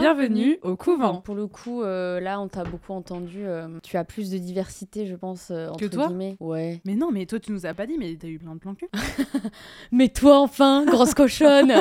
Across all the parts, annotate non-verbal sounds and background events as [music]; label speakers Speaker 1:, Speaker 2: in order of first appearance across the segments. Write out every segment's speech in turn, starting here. Speaker 1: Bienvenue au couvent.
Speaker 2: Pour le coup, euh, là, on t'a beaucoup entendu. euh, tu as plus de diversité, je pense, euh, entre
Speaker 1: Que toi
Speaker 2: guillemets. Ouais.
Speaker 1: Mais non, mais toi, tu nous as pas dit, mais t'as eu plein de
Speaker 2: [laughs]
Speaker 1: plans cul.
Speaker 2: Mais toi, enfin, [laughs] grosse cochonne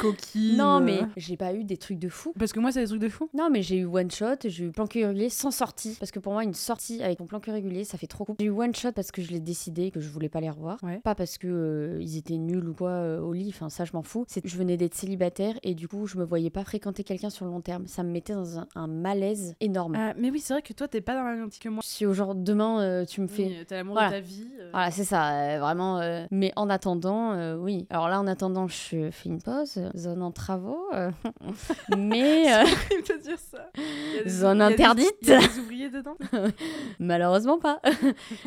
Speaker 1: Coquille.
Speaker 2: Non, mais
Speaker 1: euh,
Speaker 2: j'ai pas eu des trucs de fou.
Speaker 1: Parce que moi, c'est des trucs de fou.
Speaker 2: Non, mais j'ai eu one shot, j'ai eu plan cul régulier sans sortie. Parce que pour moi, une sortie avec mon plan cul régulier, ça fait trop cool. J'ai eu one shot parce que je l'ai décidé que je voulais pas les revoir.
Speaker 1: Ouais.
Speaker 2: Pas parce que euh, ils étaient nuls ou quoi euh, au lit, enfin ça, je m'en fous. C'est je venais d'être célibataire et du coup, je me voyais pas fréquenter quelqu'un sur le long terme. Ça me mettait dans un, un malaise énorme.
Speaker 1: Ah, mais oui, c'est vrai que toi, t'es pas dans la même optique que moi.
Speaker 2: Si au genre demain, euh, tu me fais.
Speaker 1: Oui, T'as l'amour
Speaker 2: Voilà.
Speaker 1: de ta vie. euh,
Speaker 2: Voilà, c'est ça, euh, vraiment. euh, Mais en attendant, euh, oui. Alors là, en attendant, je fais une pause, euh, zone en travaux. euh, [laughs] mais. [laughs] euh,
Speaker 1: [laughs] Il peut
Speaker 2: [laughs]
Speaker 1: dire ça. Il y a des-
Speaker 2: Zone
Speaker 1: il y a des-
Speaker 2: interdite.
Speaker 1: Il y a des ouvriers dedans.
Speaker 2: [laughs] Malheureusement [laughs] pas.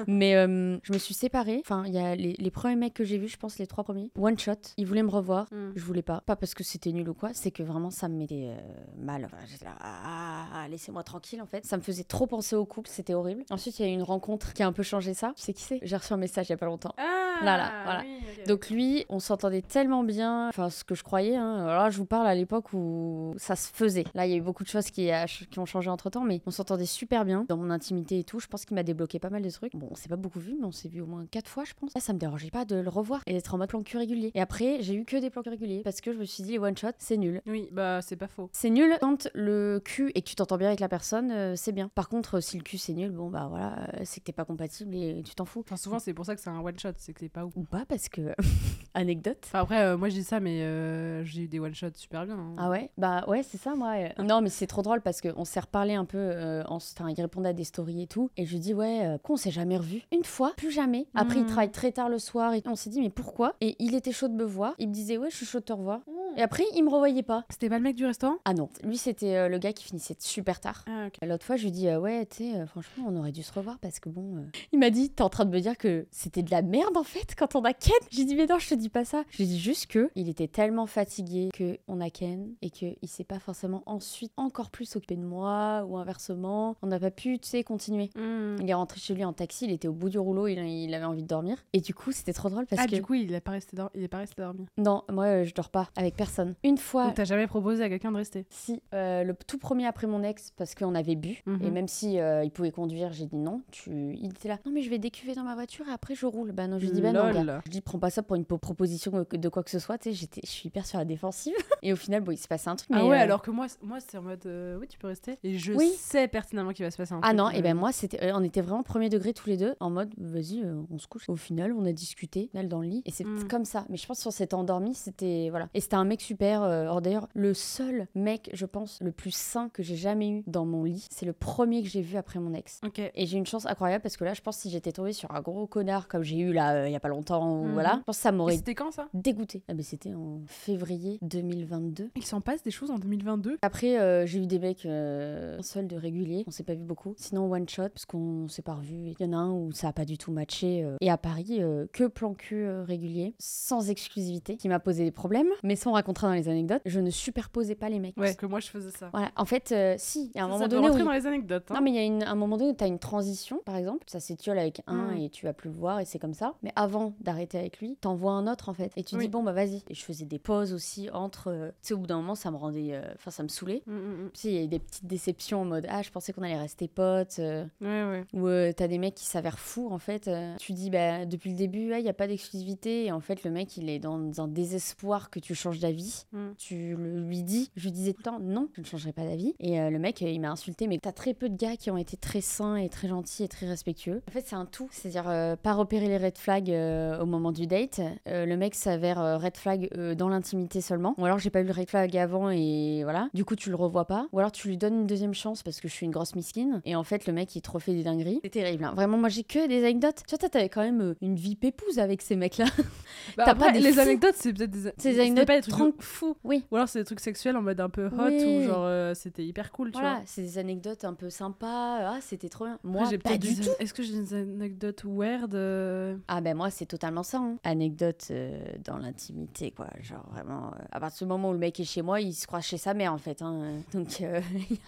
Speaker 2: Mais euh, je me suis séparée. Enfin, il y a les, les premiers mecs que j'ai vus, je pense les trois premiers. One shot. Ils voulaient me revoir. Je voulais pas. Pas parce que c'était nul ou quoi. C'est que vraiment, ça me mettait euh, mal. Enfin, j'étais là, ah, ah, ah, laissez-moi tranquille en fait. Ça me faisait trop penser au couple. C'était horrible. Ensuite, il y a eu une rencontre qui a un peu changé ça. Tu sais qui c'est J'ai reçu un message il y a pas longtemps.
Speaker 1: Ah,
Speaker 2: Là, là, voilà.
Speaker 1: oui, ok.
Speaker 2: Donc lui, on s'entendait tellement bien, enfin ce que je croyais. Hein. Alors là, je vous parle à l'époque où ça se faisait. Là, il y a eu beaucoup de choses qui, a- qui ont changé entre temps, mais on s'entendait super bien dans mon intimité et tout. Je pense qu'il m'a débloqué pas mal de trucs. Bon, on s'est pas beaucoup vu, mais on s'est vu au moins quatre fois, je pense. Là, ça me dérangeait pas de le revoir et d'être en mode plan cul régulier. Et après, j'ai eu que des plans cul réguliers parce que je me suis dit les one shot, c'est nul.
Speaker 1: Oui, bah, c'est pas faux.
Speaker 2: C'est nul quand le cul et que tu t'entends bien avec la personne, euh, c'est bien. Par contre, si le cul c'est nul, bon bah voilà, euh, c'est que t'es pas compatible et tu t'en fous.
Speaker 1: Enfin, souvent, c'est pour ça que c'est un one-shot, c'est que c'est pas ouf.
Speaker 2: Ou pas parce que [laughs] anecdote.
Speaker 1: Enfin, après, euh, moi, je dis ça, mais euh, j'ai eu des one-shots super bien. hein.
Speaker 2: Ah ouais Bah ouais, c'est ça, moi. euh. Non, mais c'est trop drôle parce qu'on s'est reparlé un peu. euh, en... Enfin, il répondait à des stories et tout. Et je lui dis, ouais, euh, qu'on s'est jamais revu. Une fois, plus jamais. Après, il
Speaker 1: Mm.
Speaker 2: travaille très tard le soir. Et on s'est dit, mais pourquoi Et il était chaud de me voir. Il me disait, ouais, je suis chaud de te revoir. Et après, il me revoyait pas.
Speaker 1: Mm. C'était pas le mec du restaurant
Speaker 2: Ah non, lui, c'était euh, le gars qui finissait super tard.
Speaker 1: Ah, ok.
Speaker 2: L'autre fois, je lui dis, euh, ouais, tu sais, euh, franchement, on aurait dû se revoir parce que bon. euh, Il m'a dit, t'es en train de me dire que c'était de la merde en fait quand on a Ken J'ai dit, mais non, je te dis pas ça. Je lui dis juste que il était tellement fatigué que on a Ken et qu'il s'est pas forcément ensuite encore plus occupé de moi ou inversement. On n'a pas pu, tu sais, continuer.
Speaker 1: Mm.
Speaker 2: Il est rentré chez lui en taxi, il était au bout du rouleau, il, il avait envie de dormir. Et du coup, c'était trop drôle parce
Speaker 1: Ah,
Speaker 2: que.
Speaker 1: du coup, il est pas resté, dor- il est pas resté dormir.
Speaker 2: Non, moi, euh, je dors pas avec personne. Une fois,
Speaker 1: Donc, t'as jamais proposé à quelqu'un de rester
Speaker 2: si, euh, le tout premier après mon ex, parce qu'on avait bu,
Speaker 1: Mhm.
Speaker 2: et même si euh, il pouvait conduire, j'ai dit non. Tu... Il était là, non mais je vais décuver dans ma voiture et après je roule. Bah non, je lui dis bah non,
Speaker 1: Lol.
Speaker 2: gars. Je dis prends pas ça pour une po- proposition de quoi que ce soit. Tu sais, j'étais, je suis hyper sur la défensive. [laughs] et au final, bon, il s'est passé un truc.
Speaker 1: Ah
Speaker 2: mais,
Speaker 1: ouais,
Speaker 2: euh,
Speaker 1: alors que moi, c- moi c'est en mode euh, oui, tu peux rester. Et je
Speaker 2: Oui.
Speaker 1: sais pertinemment qu'il va se passer un
Speaker 2: Ah
Speaker 1: truc,
Speaker 2: non,
Speaker 1: euh,
Speaker 2: et ben moi, c'était, euh, on était vraiment premier degré tous les deux, en mode vas-y, euh, on se couche. Au final, on a discuté, elle dans le lit, et c'est
Speaker 1: Mm.
Speaker 2: comme ça. Mais je pense qu'on s'est endormi, c'était voilà. Et c'était un mec super. euh, alors d'ailleurs, le seul mec, je pense, le plus sain que j'ai jamais eu dans mon lit, c'est le premier que j'ai vu après mon ex.
Speaker 1: Ok.
Speaker 2: Et j'ai une chance incroyable parce que là, je pense que si j'étais tombée sur un gros connard comme j'ai eu là euh, il y a pas longtemps, ou
Speaker 1: Mhm.
Speaker 2: voilà, je pense que ça
Speaker 1: Et
Speaker 2: m'aurait
Speaker 1: C'était quand ça
Speaker 2: dégoûté. Ah, mais c'était en février 2022.
Speaker 1: Il s'en passe des choses en 2022.
Speaker 2: Après, euh, j'ai eu des mecs euh, un seul de régulier, on s'est pas vu beaucoup. Sinon, one shot, parce qu'on s'est pas revu. Il y en a un où ça a pas du tout matché. euh, et à Paris, euh, que plan cul euh, régulier, sans exclusivité, qui m'a posé des problèmes. Mais ça, on racontera dans les anecdotes. Je ne superposais pas les mecs.
Speaker 1: Ouais. Parce que moi, je faisais ça.
Speaker 2: Voilà. En fait, euh, si, il y a un
Speaker 1: Ça,
Speaker 2: moment
Speaker 1: ça peut
Speaker 2: donné où.
Speaker 1: rentrer
Speaker 2: il-
Speaker 1: dans les anecdotes. hein.
Speaker 2: Non, mais il y a une- un moment donné où tu as une transition, par exemple, ça s'étiole avec un
Speaker 1: Mm.
Speaker 2: et tu vas plus le voir et c'est comme ça. Mais avant d'arrêter avec lui, t'envoies un autre en fait. Et tu
Speaker 1: Oui.
Speaker 2: dis, bon, bah vas-y. Et je faisais des pauses aussi entre. euh, Tu sais, au bout d'un moment, ça me rendait. euh, Enfin, ça me saoulait.
Speaker 1: Mm, mm,
Speaker 2: Puis il y a eu des petites déceptions en mode Ah, je pensais qu'on allait rester potes. euh,
Speaker 1: mm. Ouais, ouais.
Speaker 2: ou euh, t'as des mecs qui s'avèrent fous en fait. euh, tu dis bah, depuis le début, il n'y a pas d'exclusivité. Et en fait, le mec il est dans un désespoir que tu changes d'avis.
Speaker 1: Mm.
Speaker 2: Tu le lui dis. Je lui disais tout le temps Non, je ne changerai pas d'avis. Et euh, le mec euh, il m'a insulté. Mais t'as très peu de gars qui ont été très sains et très gentils et très respectueux. En fait, c'est un tout. C'est-à-dire euh, pas repérer les red flags euh, au moment du date. Euh, le mec s'avère euh, red flag euh, dans l'intimité seulement. Ou alors j'ai pas eu le red flag avant et voilà. Du coup, tu le revois pas. Ou alors tu lui donnes une deuxième chance parce que je suis une grosse miskine. Et en fait, le mec, il te refait des dingueries. C'est terrible. hein. Vraiment, moi, j'ai que des anecdotes. Tu vois, toi, t'avais quand même euh, une vie pépouse avec ces mecs-là. [laughs]
Speaker 1: Bah,
Speaker 2: T'as
Speaker 1: après,
Speaker 2: pas des
Speaker 1: les
Speaker 2: fous.
Speaker 1: anecdotes, c'est peut-être des.
Speaker 2: C'est des
Speaker 1: c'était
Speaker 2: anecdotes
Speaker 1: pas des trucs de
Speaker 2: tranqu-
Speaker 1: fous.
Speaker 2: Oui.
Speaker 1: Ou alors, c'est des trucs sexuels en mode un peu hot ou
Speaker 2: Oui.
Speaker 1: genre euh, c'était hyper cool, tu
Speaker 2: Voilà,
Speaker 1: vois.
Speaker 2: c'est des anecdotes un peu sympas. Ah, c'était trop bien. Moi,
Speaker 1: Après, j'ai
Speaker 2: pas
Speaker 1: peut-être
Speaker 2: du
Speaker 1: des-
Speaker 2: tout.
Speaker 1: Est-ce que j'ai des anecdotes weird euh,
Speaker 2: Ah ben moi c'est totalement ça. hein. Anecdote euh, dans l'intimité quoi. Genre vraiment euh, à partir du moment où le mec est chez moi, il se croit chez sa mère en fait. hein. [laughs] Donc euh, il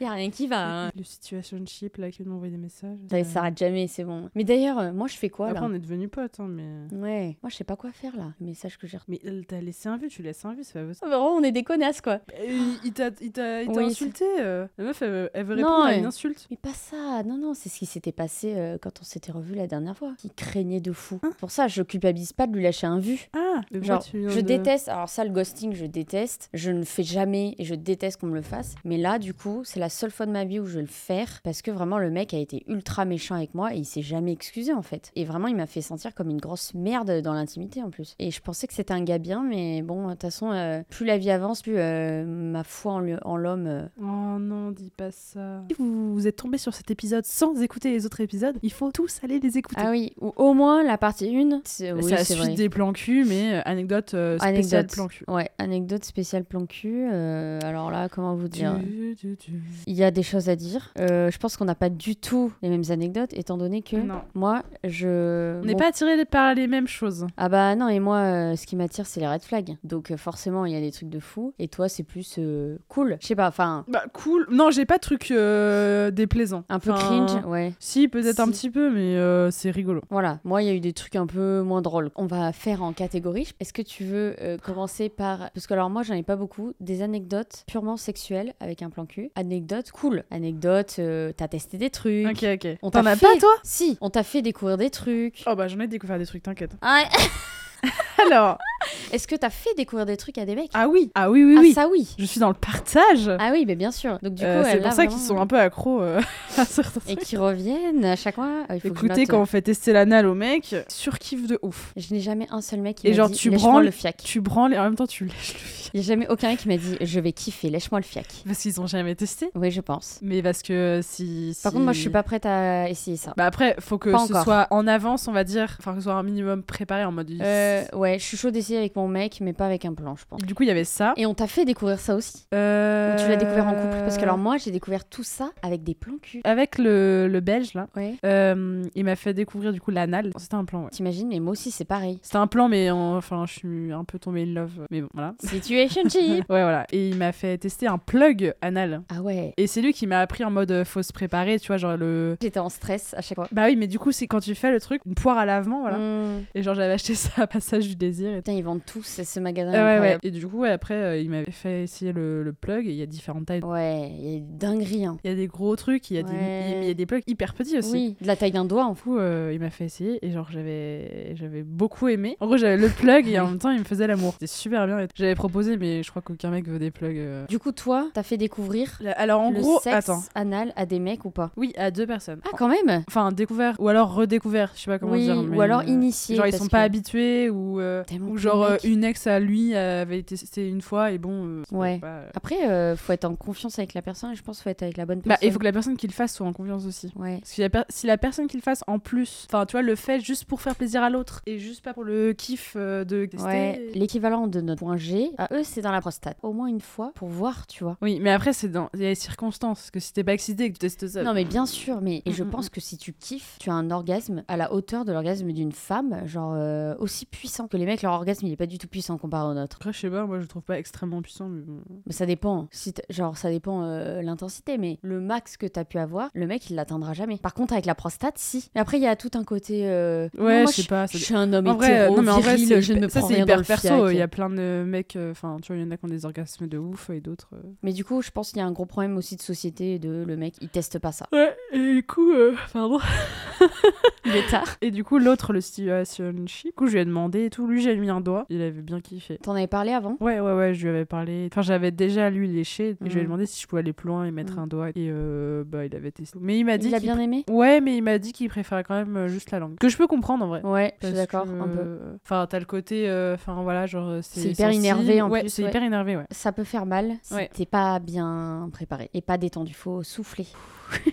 Speaker 2: y a rien qui va. hein.
Speaker 1: Le situationship là qui nous envoie des messages.
Speaker 2: Ça
Speaker 1: euh,
Speaker 2: s'arrête jamais, c'est bon. Mais d'ailleurs, euh, moi je fais quoi
Speaker 1: Après,
Speaker 2: là
Speaker 1: on est devenus potes, hein, mais.
Speaker 2: Ouais, moi je sais pas quoi faire là. Le message que j'ai. re-
Speaker 1: Mais euh, t'as laissé un vu, tu l'as laisses un vu, c'est pas possible.
Speaker 2: Ah, Vraiment, on est des connasses, quoi.
Speaker 1: Et il- il t'a il t'a- il t'a
Speaker 2: Oui,
Speaker 1: insulté. euh. La meuf, elle, veut- elle veut
Speaker 2: Non,
Speaker 1: répondre à
Speaker 2: elle-
Speaker 1: une insulte.
Speaker 2: Mais pas ça, non, non, c'est ce qui s'était passé euh, quand on s'était revu la dernière fois. Qui craignait de fou.
Speaker 1: Hein
Speaker 2: Pour ça, je culpabilise pas de lui lâcher un vu.
Speaker 1: Ah, mais pourquoi
Speaker 2: Genre,
Speaker 1: tu viens
Speaker 2: je
Speaker 1: de-
Speaker 2: déteste, alors ça, le ghosting, je déteste. Je ne le fais jamais et je déteste qu'on me le fasse. Mais là, du coup, c'est la seule fois de ma vie où je vais le faire parce que vraiment, le mec a été ultra méchant avec moi et il s'est jamais excusé en fait. Et vraiment, il m'a fait sentir comme une grosse merde dans l'intimité en plus. Et je pensais que c'était un gars bien, mais bon, de toute façon, euh, plus la vie avance, plus euh, ma foi en le- en l'homme. euh,
Speaker 1: Oh non, dis pas ça. Si vous, vous êtes tombé sur cet épisode sans écouter les autres épisodes, il faut tous aller les écouter.
Speaker 2: Ah oui, ou au moins la partie 1. C'est
Speaker 1: c'est la suite des plans cul, mais euh, anecdote euh, spéciale
Speaker 2: Anecdote.
Speaker 1: plan cul.
Speaker 2: Ouais, anecdote spéciale plan cul. euh, alors là, comment vous dire
Speaker 1: Du- du- du.
Speaker 2: Il y a des choses à dire. Euh, je pense qu'on n'a pas du tout les mêmes anecdotes, étant donné que
Speaker 1: Non.
Speaker 2: moi, je.
Speaker 1: On n'est
Speaker 2: bon.
Speaker 1: pas attiré par les mêmes choses.
Speaker 2: Ah bah non, et moi, euh, ce qui m'attire, c'est les red flags. Donc euh, forcément, il y a des trucs de fou. Et toi, c'est plus euh, cool. Je sais pas, enfin,
Speaker 1: Bah cool. Non, j'ai pas de truc euh, déplaisant.
Speaker 2: un peu
Speaker 1: Enfin,
Speaker 2: cringe, ouais.
Speaker 1: Si, peut-être un
Speaker 2: Si.
Speaker 1: petit peu, mais euh, c'est rigolo.
Speaker 2: Voilà, moi il y a eu des trucs un peu moins drôles. On va faire en catégorie. Est-ce que tu veux euh, commencer par parce que alors moi j'en ai pas beaucoup des anecdotes purement sexuelles avec un plan cul. Anecdotes cool, anecdotes euh, t'as testé des trucs.
Speaker 1: Ok, ok.
Speaker 2: On
Speaker 1: T'en
Speaker 2: t'a
Speaker 1: as
Speaker 2: fait-
Speaker 1: pas, toi
Speaker 2: Si, on t'a fait découvrir des trucs.
Speaker 1: Oh bah j'en ai découvert des trucs, t'inquiète.
Speaker 2: Ah,
Speaker 1: Alors,
Speaker 2: Est-ce que t'as fait découvrir des trucs à des mecs
Speaker 1: ah oui, ah oui, oui, oui.
Speaker 2: Ah, ça oui.
Speaker 1: Je suis dans le partage.
Speaker 2: Ah oui, mais bien sûr. Donc du coup,
Speaker 1: Euh, c'est
Speaker 2: elle,
Speaker 1: pour
Speaker 2: là,
Speaker 1: ça
Speaker 2: vraiment,
Speaker 1: qu'ils sont un peu accros euh, [laughs] à certains
Speaker 2: et
Speaker 1: trucs.
Speaker 2: qui reviennent à chaque fois. Ah, il faut que je
Speaker 1: Écoutez,
Speaker 2: note.
Speaker 1: quand on fait tester l'anal au mec, surkiffe de ouf.
Speaker 2: je n'ai jamais un seul mec qui
Speaker 1: Et
Speaker 2: m'a
Speaker 1: genre,
Speaker 2: dit,
Speaker 1: tu
Speaker 2: Lèche-moi
Speaker 1: branles-
Speaker 2: le fiac.
Speaker 1: Tu branles et en même temps tu lèches le fil.
Speaker 2: Il n'y a jamais aucun mec qui m'a dit je vais kiffer, lèche-moi le fiac.
Speaker 1: Parce qu'ils ont jamais testé.
Speaker 2: Oui, je pense.
Speaker 1: Mais parce que si.
Speaker 2: Par
Speaker 1: si-
Speaker 2: contre, moi, je suis pas prête à essayer ça.
Speaker 1: Bah après, faut que
Speaker 2: Pas
Speaker 1: ce
Speaker 2: encore.
Speaker 1: soit en avance, on va dire. Enfin, que ce soit un minimum préparé en mode.
Speaker 2: Euh, ouais, je suis chaud d'essayer avec mon mec, mais pas avec un plan, je pense.
Speaker 1: Du coup, il y avait ça.
Speaker 2: Et on t'a fait découvrir ça aussi Ou
Speaker 1: Euh,
Speaker 2: tu l'as découvert en couple Parce que alors moi, j'ai découvert tout ça avec des plans cul.
Speaker 1: Avec le, le belge là,
Speaker 2: Ouais.
Speaker 1: euh, il m'a fait découvrir du coup l'anal. C'était un plan, ouais.
Speaker 2: T'imagines, mais moi aussi, c'est pareil.
Speaker 1: C'était un plan, mais en- enfin, je suis un peu tombée in love. Mais bon, voilà.
Speaker 2: [laughs] Situationship
Speaker 1: Ouais, voilà. Et il m'a fait tester un plug anal.
Speaker 2: Ah ouais.
Speaker 1: Et c'est lui qui m'a appris en mode euh, faut se préparer, tu vois, genre le.
Speaker 2: J'étais en stress à chaque fois.
Speaker 1: Bah oui, mais du coup, c'est quand tu fais le truc, une poire à lavement, voilà.
Speaker 2: Hmm.
Speaker 1: Et genre, j'avais acheté [laughs] ça à Passage du Désir et tout.
Speaker 2: Putain, ils vendent tous ce- ce magasin.
Speaker 1: Euh, ouais, ouais.
Speaker 2: incroyable.
Speaker 1: Et du coup, ouais, après, euh, il m'avait fait essayer le, le plug et il y a différentes tailles.
Speaker 2: Ouais, il y a des dingueries. hein.
Speaker 1: Il y a des gros trucs, il y a,
Speaker 2: Ouais.
Speaker 1: des, il y a des plugs hyper petits aussi.
Speaker 2: Oui, de la taille d'un doigt, en
Speaker 1: Du
Speaker 2: fait.
Speaker 1: coup, euh, il m'a fait essayer et genre j'avais j'avais beaucoup aimé. En gros, j'avais le plug et en même temps, il me faisait l'amour. C'était super bien. J'avais proposé, mais je crois qu'aucun mec veut des plugs. euh.
Speaker 2: Du coup, toi, t'as fait découvrir
Speaker 1: Alors en
Speaker 2: le
Speaker 1: gros,
Speaker 2: sexe
Speaker 1: attends.
Speaker 2: anal à des mecs ou pas
Speaker 1: Oui, à deux personnes.
Speaker 2: Ah, quand même
Speaker 1: Enfin, découvert ou alors redécouvert, je sais pas comment
Speaker 2: Oui,
Speaker 1: dire. mais,
Speaker 2: ou alors
Speaker 1: euh,
Speaker 2: initié.
Speaker 1: Genre ils
Speaker 2: parce
Speaker 1: sont pas
Speaker 2: que-
Speaker 1: habitués ou, euh,
Speaker 2: Tellement
Speaker 1: ou
Speaker 2: peu de
Speaker 1: genre euh,
Speaker 2: mecs.
Speaker 1: une ex à lui avait testé une fois et bon. euh, c'est
Speaker 2: Ouais.
Speaker 1: pas- euh.
Speaker 2: Après, euh, faut être en confiance avec la personne et je pense faut être avec la bonne
Speaker 1: Bah,
Speaker 2: personne.
Speaker 1: il faut que la personne qui le fasse soit en confiance aussi.
Speaker 2: Ouais.
Speaker 1: Parce que la per- si la personne qui le fasse en plus, enfin tu vois, le fait juste pour faire plaisir à l'autre et juste pas pour le kiff euh, de tester.
Speaker 2: Ouais, l'équivalent de notre point G, à eux, c'est dans la prostate. Au moins une fois pour voir, tu vois.
Speaker 1: Oui, mais après, c'est dans il y a les circonstances. Parce que si t'es pas excité et que tu testes ça.
Speaker 2: Non, mais bien sûr, mais et je
Speaker 1: Mm, mm,
Speaker 2: pense que si tu kiffes, tu as un orgasme à la hauteur de l'orgasme d'une femme, genre euh, aussi puissant que les mecs, leur orgasme il est pas du tout puissant comparé au nôtre.
Speaker 1: Après, je sais pas, moi je le trouve pas extrêmement puissant. Mais bon.
Speaker 2: Mais ça dépend, si t'- genre ça dépend euh, l'intensité, mais le max que t'as pu avoir, le mec il l'atteindra jamais. Par contre, avec la prostate, si. Mais après, il y a tout un côté. euh, non,
Speaker 1: Ouais,
Speaker 2: moi,
Speaker 1: je sais pas. ça
Speaker 2: Je suis un homme
Speaker 1: En vrai, euh,
Speaker 2: hétéro,
Speaker 1: non, mais en vrai,
Speaker 2: viril,
Speaker 1: c'est
Speaker 2: je ne me
Speaker 1: hyper- ça,
Speaker 2: prends
Speaker 1: c'est
Speaker 2: rien dans
Speaker 1: hyper
Speaker 2: le
Speaker 1: perso.
Speaker 2: fiac.
Speaker 1: Il y a plein de mecs, euh, enfin, tu vois, il y en a qui ont des orgasmes de ouf et d'autres. euh.
Speaker 2: Mais du coup, je pense qu'il y a un gros problème aussi de société de le mec, il teste pas ça.
Speaker 1: Ouais, et du coup, euh, [laughs] pardon.
Speaker 2: Il est tard.
Speaker 1: Et du coup, l'autre, le situationship, du coup, je lui ai demandé et tout. Lui, j'ai mis un doigt. Il avait bien kiffé.
Speaker 2: T'en avais parlé avant
Speaker 1: Ouais, ouais, ouais, je lui avais parlé. Enfin, j'avais déjà à lui léché et je lui ai
Speaker 2: Mhm.
Speaker 1: demandé si je pouvais aller plus loin et mettre
Speaker 2: Mhm.
Speaker 1: un doigt. Et euh, bah, il avait testé. Mais Mm. il m'a dit.
Speaker 2: Il a
Speaker 1: qu'il
Speaker 2: bien aimé
Speaker 1: Ouais, mais il m'a dit qu'il préférait quand même euh, juste la langue. Que je peux comprendre en vrai.
Speaker 2: Ouais, je suis
Speaker 1: Parce
Speaker 2: d'accord,
Speaker 1: que,
Speaker 2: un peu.
Speaker 1: euh, Enfin, t'as le côté. euh, Enfin, voilà, genre. euh,
Speaker 2: C'est hyper
Speaker 1: sensible.
Speaker 2: énervé, en
Speaker 1: ouais,
Speaker 2: plus,
Speaker 1: C'est
Speaker 2: ouais.
Speaker 1: hyper
Speaker 2: [laughs]
Speaker 1: énervé, ouais.
Speaker 2: Ça peut faire mal si
Speaker 1: Ouais.
Speaker 2: t'es pas bien préparé et pas détendu. Faut souffler.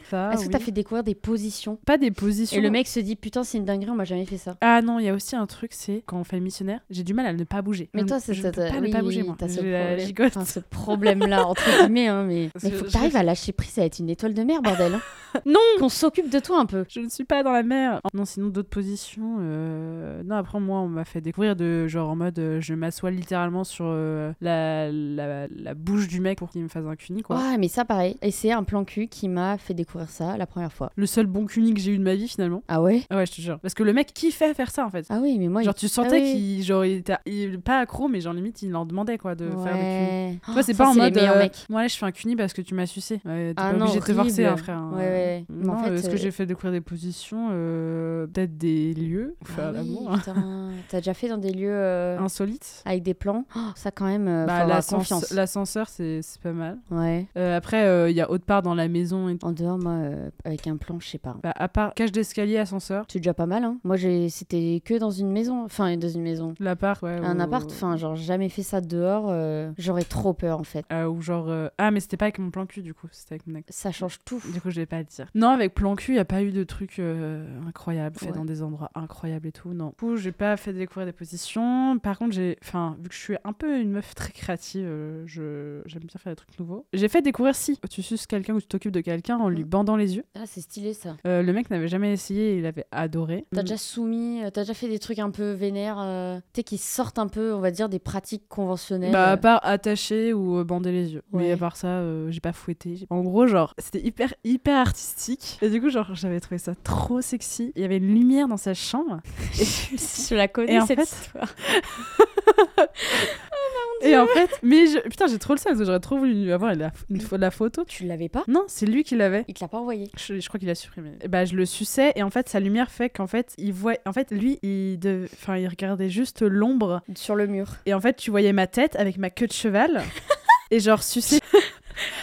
Speaker 1: Ça,
Speaker 2: Est-ce que t'as
Speaker 1: oui.
Speaker 2: fait découvrir des positions
Speaker 1: Pas des positions.
Speaker 2: Ah Et le mec se dit putain, c'est une dinguerie, on m'a jamais fait ça.
Speaker 1: Ah non, il y a aussi un truc, c'est quand on fait le missionnaire, j'ai du mal à ne pas bouger.
Speaker 2: Mais
Speaker 1: Je-
Speaker 2: toi, c'est
Speaker 1: je ne peux
Speaker 2: t'as-
Speaker 1: pas ne
Speaker 2: oui,
Speaker 1: pas bouger, moi.
Speaker 2: t'as ce
Speaker 1: J'ai la
Speaker 2: problème.
Speaker 1: gigote.
Speaker 2: [laughs] Enfin, ce problème-là, entre guillemets, hein, mais
Speaker 1: Parce
Speaker 2: il
Speaker 1: que
Speaker 2: faut que
Speaker 1: je-
Speaker 2: t'arrives à lâcher prise, à être une étoile de mer, [laughs] bordel. hein.
Speaker 1: Non
Speaker 2: Qu'on s'occupe de toi un peu.
Speaker 1: Je ne suis pas dans la mer. Oh, Non, sinon d'autres positions. euh, Non, après moi, on m'a fait découvrir de genre en mode, euh, je m'assois littéralement sur euh, la, la, la bouche du mec pour qu'il me fasse un cuni, quoi.
Speaker 2: Ouais, mais ça pareil. Et c'est un plan cul qui m'a fait découvrir ça la première fois.
Speaker 1: Le seul bon cuni que j'ai eu de ma vie finalement.
Speaker 2: Ah ouais
Speaker 1: Ah ouais, je te jure. Parce que le mec kiffait faire ça en fait.
Speaker 2: Ah oui, mais moi, il-
Speaker 1: Genre tu sentais
Speaker 2: oui.
Speaker 1: qu'il genre il était il- pas accro, mais genre limite, il leur demandait quoi de faire des cunis.
Speaker 2: Ouais. Oh,
Speaker 1: Tu vois, c'est
Speaker 2: ça,
Speaker 1: pas en
Speaker 2: c'est les
Speaker 1: mode.
Speaker 2: meilleurs
Speaker 1: euh,
Speaker 2: mecs.
Speaker 1: Moi, là, je fais un cuni parce que tu m'as sucé. Ouais, T'es
Speaker 2: Ah
Speaker 1: pas
Speaker 2: non,
Speaker 1: obligé de te forcer,
Speaker 2: horrible.
Speaker 1: hein, frère.
Speaker 2: Ouais, ouais. Mais
Speaker 1: Non,
Speaker 2: en fait,
Speaker 1: euh, ce que
Speaker 2: euh,
Speaker 1: j'ai fait découvrir des positions, euh, peut-être des lieux, pour faire
Speaker 2: Ah oui,
Speaker 1: l'amour, hein.
Speaker 2: [laughs] putain. T'as déjà fait dans des lieux euh,
Speaker 1: insolites.
Speaker 2: avec des plans Oh, Ça, quand même, euh,
Speaker 1: Bah,
Speaker 2: faut avoir
Speaker 1: l'ascense-
Speaker 2: confiance.
Speaker 1: L'ascenseur, c'est c'est pas mal.
Speaker 2: Ouais.
Speaker 1: Euh, après, euh, il y a autre part dans la maison et tout.
Speaker 2: En dehors, moi, euh, avec un plan, je sais pas.
Speaker 1: Bah, à part cage d'escalier, ascenseur.
Speaker 2: C'est déjà pas mal, hein. Moi, j'ai- c'était que dans une maison. Enfin, dans une maison.
Speaker 1: L'appart, ouais.
Speaker 2: Un
Speaker 1: ou-
Speaker 2: appart, enfin, genre, jamais fait ça dehors. euh, J'aurais trop peur, en fait.
Speaker 1: Euh, ou genre. euh, Ah, mais c'était pas avec mon plan cul, du coup. C'était avec mon ex.
Speaker 2: Ça change tout.
Speaker 1: Du coup, je vais pas le dire. Non, avec plan cul, il n'y a pas eu de trucs euh, incroyables, fait
Speaker 2: Ouais.
Speaker 1: dans des endroits incroyables et tout. Non. Du coup, j'ai pas fait découvrir des positions. Par contre, j'ai. Enfin, vu que je suis un peu une meuf très créative, euh, je... j'aime bien faire des trucs nouveaux. J'ai fait découvrir si tu suces quelqu'un ou tu t'occupes de quelqu'un en lui
Speaker 2: Mm.
Speaker 1: bandant les yeux.
Speaker 2: Ah, c'est stylé, ça.
Speaker 1: Euh, le mec n'avait jamais essayé, il avait adoré. Mm.
Speaker 2: T'as déjà soumis, euh, t'as déjà fait des trucs un peu vénères, euh, tu sais, qui sortent un peu, on va dire, des pratiques conventionnelles.
Speaker 1: Bah,
Speaker 2: [laughs]
Speaker 1: à
Speaker 2: euh.
Speaker 1: part attacher ou euh, bander les yeux. Mais
Speaker 2: Ouais.
Speaker 1: à part ça, euh, j'ai pas fouetté. J'ai- En gros, genre, c'était hyper, hyper artistique. Et du coup, genre, j'avais trouvé ça trop sexy. Il y avait une lumière dans sa chambre.
Speaker 2: je la connais,
Speaker 1: Et en
Speaker 2: cette
Speaker 1: fait-
Speaker 2: histoire.
Speaker 1: Et en fait, mais je- putain, j'ai trop le sexe. parce que J'aurais trop voulu lui avoir la, une, pho- la photo.
Speaker 2: Tu l'avais pas
Speaker 1: Non, c'est lui qui l'avait.
Speaker 2: Il te l'a pas envoyé.
Speaker 1: Je, je crois qu'il a supprimé. Et bah, je le suçais et en fait, sa lumière fait qu'en fait, il voit. En fait, lui, il, dev- enfin, il regardait juste l'ombre.
Speaker 2: Sur le mur.
Speaker 1: Et en fait, tu voyais ma tête avec ma queue
Speaker 2: [laughs]
Speaker 1: de cheval. et genre, sucer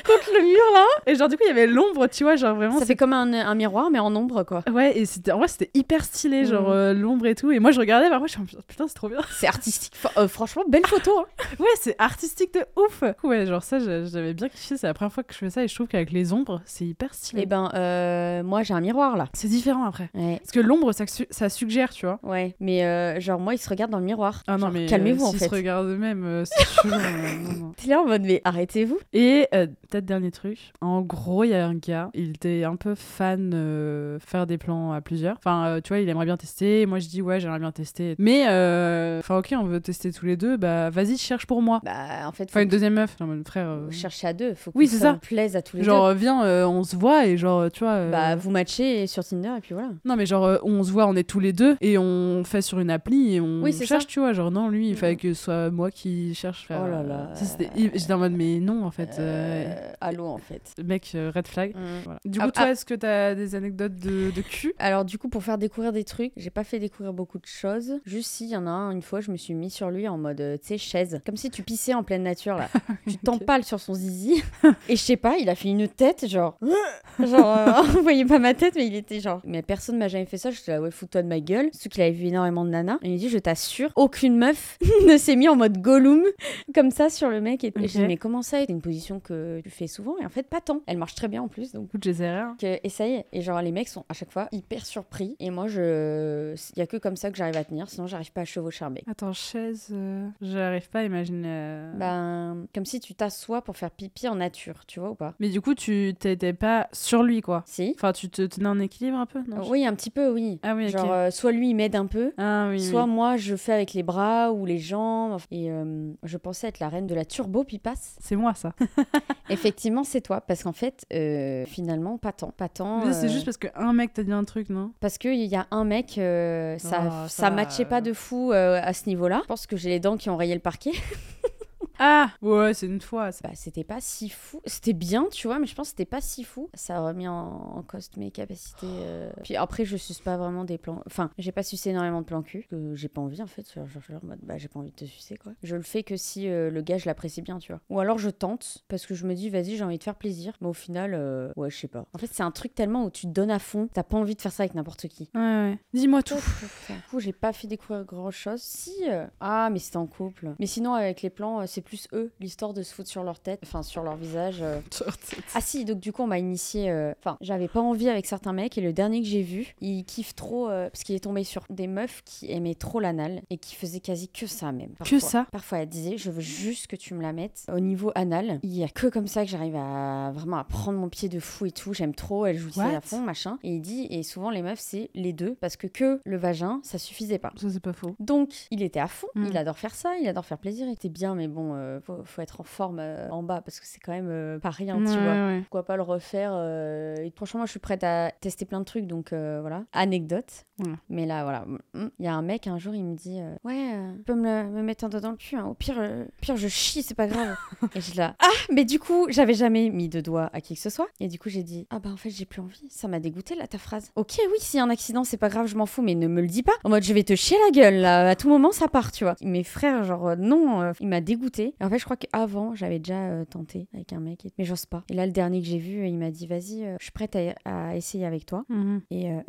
Speaker 2: Contre le mur, là
Speaker 1: Et genre, du coup, il y avait l'ombre, tu vois, genre vraiment.
Speaker 2: Ça fait comme un, un miroir, mais en ombre, quoi.
Speaker 1: Ouais, et c'était en vrai, c'était hyper stylé, genre
Speaker 2: Mm.
Speaker 1: euh, l'ombre et tout. Et moi, je regardais, parfois, je me suis putain, c'est trop bien.
Speaker 2: C'est artistique. Fa- euh, franchement, belle photo. hein.
Speaker 1: Ouais, c'est artistique de ouf. Ouais, genre ça, je- j'avais bien kiffé. C'est la première fois que je fais ça et je trouve qu'avec les ombres, c'est hyper stylé.
Speaker 2: Eh ben, euh, moi, j'ai un miroir, là.
Speaker 1: C'est différent après.
Speaker 2: Ouais.
Speaker 1: Parce que l'ombre, ça, su- ça suggère, tu vois.
Speaker 2: Ouais. Mais euh, genre, moi, il se regarde dans le miroir.
Speaker 1: Ah non,
Speaker 2: Genre,
Speaker 1: mais. euh,
Speaker 2: Calmez-vous, en
Speaker 1: s'ils
Speaker 2: fait.
Speaker 1: se regardent eux-mêmes, euh, c'est chaud. euh, non, non.
Speaker 2: T'es là en mode, mais arrêtez-vous.
Speaker 1: Et euh, peut-être dernier truc. En gros, il y a un gars, il était un peu fan euh, faire des plans à plusieurs. Enfin, euh, tu vois, il aimerait bien tester. Moi, je dis ouais, j'aimerais bien tester. Mais, euh, enfin, ok, on veut tester tous les deux. Bah, vas-y, cherche pour moi.
Speaker 2: Bah, en fait, faut
Speaker 1: Enfin, une deuxième meuf. Genre, mon frère. euh,
Speaker 2: que- cherchez à deux. Faut que
Speaker 1: Oui,
Speaker 2: ça,
Speaker 1: c'est ça.
Speaker 2: vous plaise à tous les
Speaker 1: genre, euh, viens, euh, on se voit et genre, euh, tu vois.
Speaker 2: deux.
Speaker 1: euh,
Speaker 2: Bah, vous matchez sur Tinder, et puis voilà.
Speaker 1: Non, mais genre, euh, on se voit, on est tous les deux et on fait sur une appli et on
Speaker 2: Oui, c'est
Speaker 1: cherche,
Speaker 2: ça.
Speaker 1: tu vois. Genre, non, lui, il
Speaker 2: Mm.
Speaker 1: fallait que ce soit moi qui cherche. euh,
Speaker 2: Oh là là.
Speaker 1: Ça, c'était- J'étais en mode, mais non, en fait. euh,
Speaker 2: Euh, allô, en fait.
Speaker 1: Mec, euh, red flag. Voilà. Du
Speaker 2: Ah,
Speaker 1: coup, toi,
Speaker 2: ah.
Speaker 1: est-ce que t'as des anecdotes de, de cul
Speaker 2: Alors du coup pour faire découvrir des trucs, j'ai pas fait découvrir beaucoup de choses. Juste s'il y en a un, une fois je me suis mis sur lui en mode euh, tu sais chaise, comme si tu pissais en pleine nature là. tu t'empales sur son zizi et je sais pas, il a fait une tête genre [laughs] genre euh, [laughs] vous voyez pas ma tête mais il était genre mais personne m'a jamais fait ça, je suis là ouais fous-toi de ma gueule, surtout qu'il avait vu énormément de nanas. Et il me dit je t'assure, aucune meuf [laughs] ne s'est mis en mode Gollum comme ça sur le mec et, et je dis
Speaker 1: Ok.
Speaker 2: mais comment ça, c'est une position que tu fais souvent et en fait pas tant. Elle marche très bien en plus donc
Speaker 1: Écoute, j'essaierai. hein.
Speaker 2: que- et ça y est, et genre les mecs sont à chaque fois hyper surpris. Et moi, je, il y a que comme ça que j'arrive à tenir, sinon j'arrive pas à chevaucher un mec.
Speaker 1: Attends, chaise. euh, J'arrive pas à imaginer. euh.
Speaker 2: Ben, comme si tu t'assois pour faire pipi en nature, tu vois ou pas
Speaker 1: Mais du coup, tu t'étais pas sur lui, quoi.
Speaker 2: Si.
Speaker 1: Enfin, tu te tenais en équilibre un peu non
Speaker 2: Oui, un petit peu, oui.
Speaker 1: Ah oui, ok.
Speaker 2: Genre, euh, soit lui il m'aide un peu,
Speaker 1: Ah oui.
Speaker 2: soit
Speaker 1: oui.
Speaker 2: moi je fais avec les bras ou les jambes. Et euh, je pensais être la reine de la turbo
Speaker 1: [gasps]
Speaker 2: pipasse.
Speaker 1: C'est
Speaker 2: [laughs]
Speaker 1: moi, ça.
Speaker 2: Effectivement, c'est toi, parce qu'en fait, euh, finalement, pas tant, pas tant.
Speaker 1: Mais C'est
Speaker 2: euh,
Speaker 1: juste parce qu'un mec t'a dit un truc, non
Speaker 2: Parce qu'il y a un mec, euh, ça,
Speaker 1: Ah, ça
Speaker 2: ça
Speaker 1: va,
Speaker 2: matchait
Speaker 1: euh.
Speaker 2: pas de fou euh, à ce niveau-là. Je pense que j'ai les dents qui ont rayé le parquet.
Speaker 1: Ah Ouais, c'est une fois. ça.
Speaker 2: bah, c'était pas si fou. C'était bien, tu vois, mais je pense que c'était pas si fou. Ça a remis en, en cause mes capacités. euh. Puis après, je suce pas vraiment des plans. Enfin, j'ai pas sucé énormément de plans cul. Que j'ai pas envie, en fait. Genre, je suis en mode, bah, j'ai pas envie de te sucer, quoi. Je le fais que si euh, le gars, je l'apprécie bien, tu vois. Ou alors, je tente parce que je me dis, vas-y, j'ai envie de faire plaisir. Mais au final, euh, ouais, je sais pas. En fait, c'est un truc tellement où tu te donnes à fond. T'as pas envie de faire ça avec n'importe qui.
Speaker 1: Ouais, ouais. Dis-moi [laughs] tout.
Speaker 2: Du coup, j'ai pas fait découvrir grand chose. Si. euh, Ah, mais c'était en couple. Mais sinon, avec les plans, euh, c'est plus eux, l'histoire de se foutre sur leur tête, enfin, sur leur visage. euh. Ah, si, donc du coup, on m'a initié. euh, Enfin, j'avais pas envie avec certains mecs, et le dernier que j'ai vu, il kiffe trop, euh, parce qu'il est tombé sur des meufs qui aimaient trop l'anal, et qui faisaient quasi que ça même.
Speaker 1: Que
Speaker 2: parfois.
Speaker 1: ça
Speaker 2: Parfois, elle disait, je veux juste que tu me la mettes au niveau anal. Il y a que comme ça que j'arrive à vraiment à prendre mon pied de fou et tout. J'aime trop, elle joue
Speaker 1: What
Speaker 2: à fond, machin. Et il dit, et souvent les meufs, c'est les deux, parce que que le vagin, ça suffisait pas.
Speaker 1: Ça, c'est pas faux.
Speaker 2: Donc, il était à fond,
Speaker 1: Mm.
Speaker 2: il adore faire ça, il adore faire plaisir, il était bien, mais bon, bon, euh, faut, faut être en forme euh, en bas parce que c'est quand même euh, pas rien,
Speaker 1: Ouais,
Speaker 2: tu vois.
Speaker 1: ouais.
Speaker 2: Pourquoi pas le refaire euh, et Franchement, moi, je suis prête à tester plein de trucs, donc euh, voilà. Anecdote.
Speaker 1: Ouais.
Speaker 2: Mais là, voilà. Mm, mm. Il y a un mec, un jour, il me dit euh, Ouais, euh, tu peux me, le- me mettre un doigt dans le cul. hein. Au pire, euh, au pire, je chie, c'est pas grave. et je suis là Ah, mais du coup, j'avais jamais mis de doigt à qui que ce soit. Et du coup, j'ai dit Ah, bah en fait, j'ai plus envie. Ça m'a dégoûté, là, ta phrase. Ok, oui, s'il y a un accident, c'est pas grave, je m'en fous, mais ne me le dis pas. En mode, je vais te chier la gueule, là. À tout moment, ça part, tu vois. Mes frères, genre, euh, non, euh, il m'a dégoûté. Et en fait, je crois qu'avant, j'avais déjà euh, tenté avec un mec, et- mais j'ose pas. Et là, le dernier que j'ai vu, il m'a dit Vas-y, euh, je suis prête à, à essayer avec toi.
Speaker 1: Mhm.
Speaker 2: [laughs] Et euh,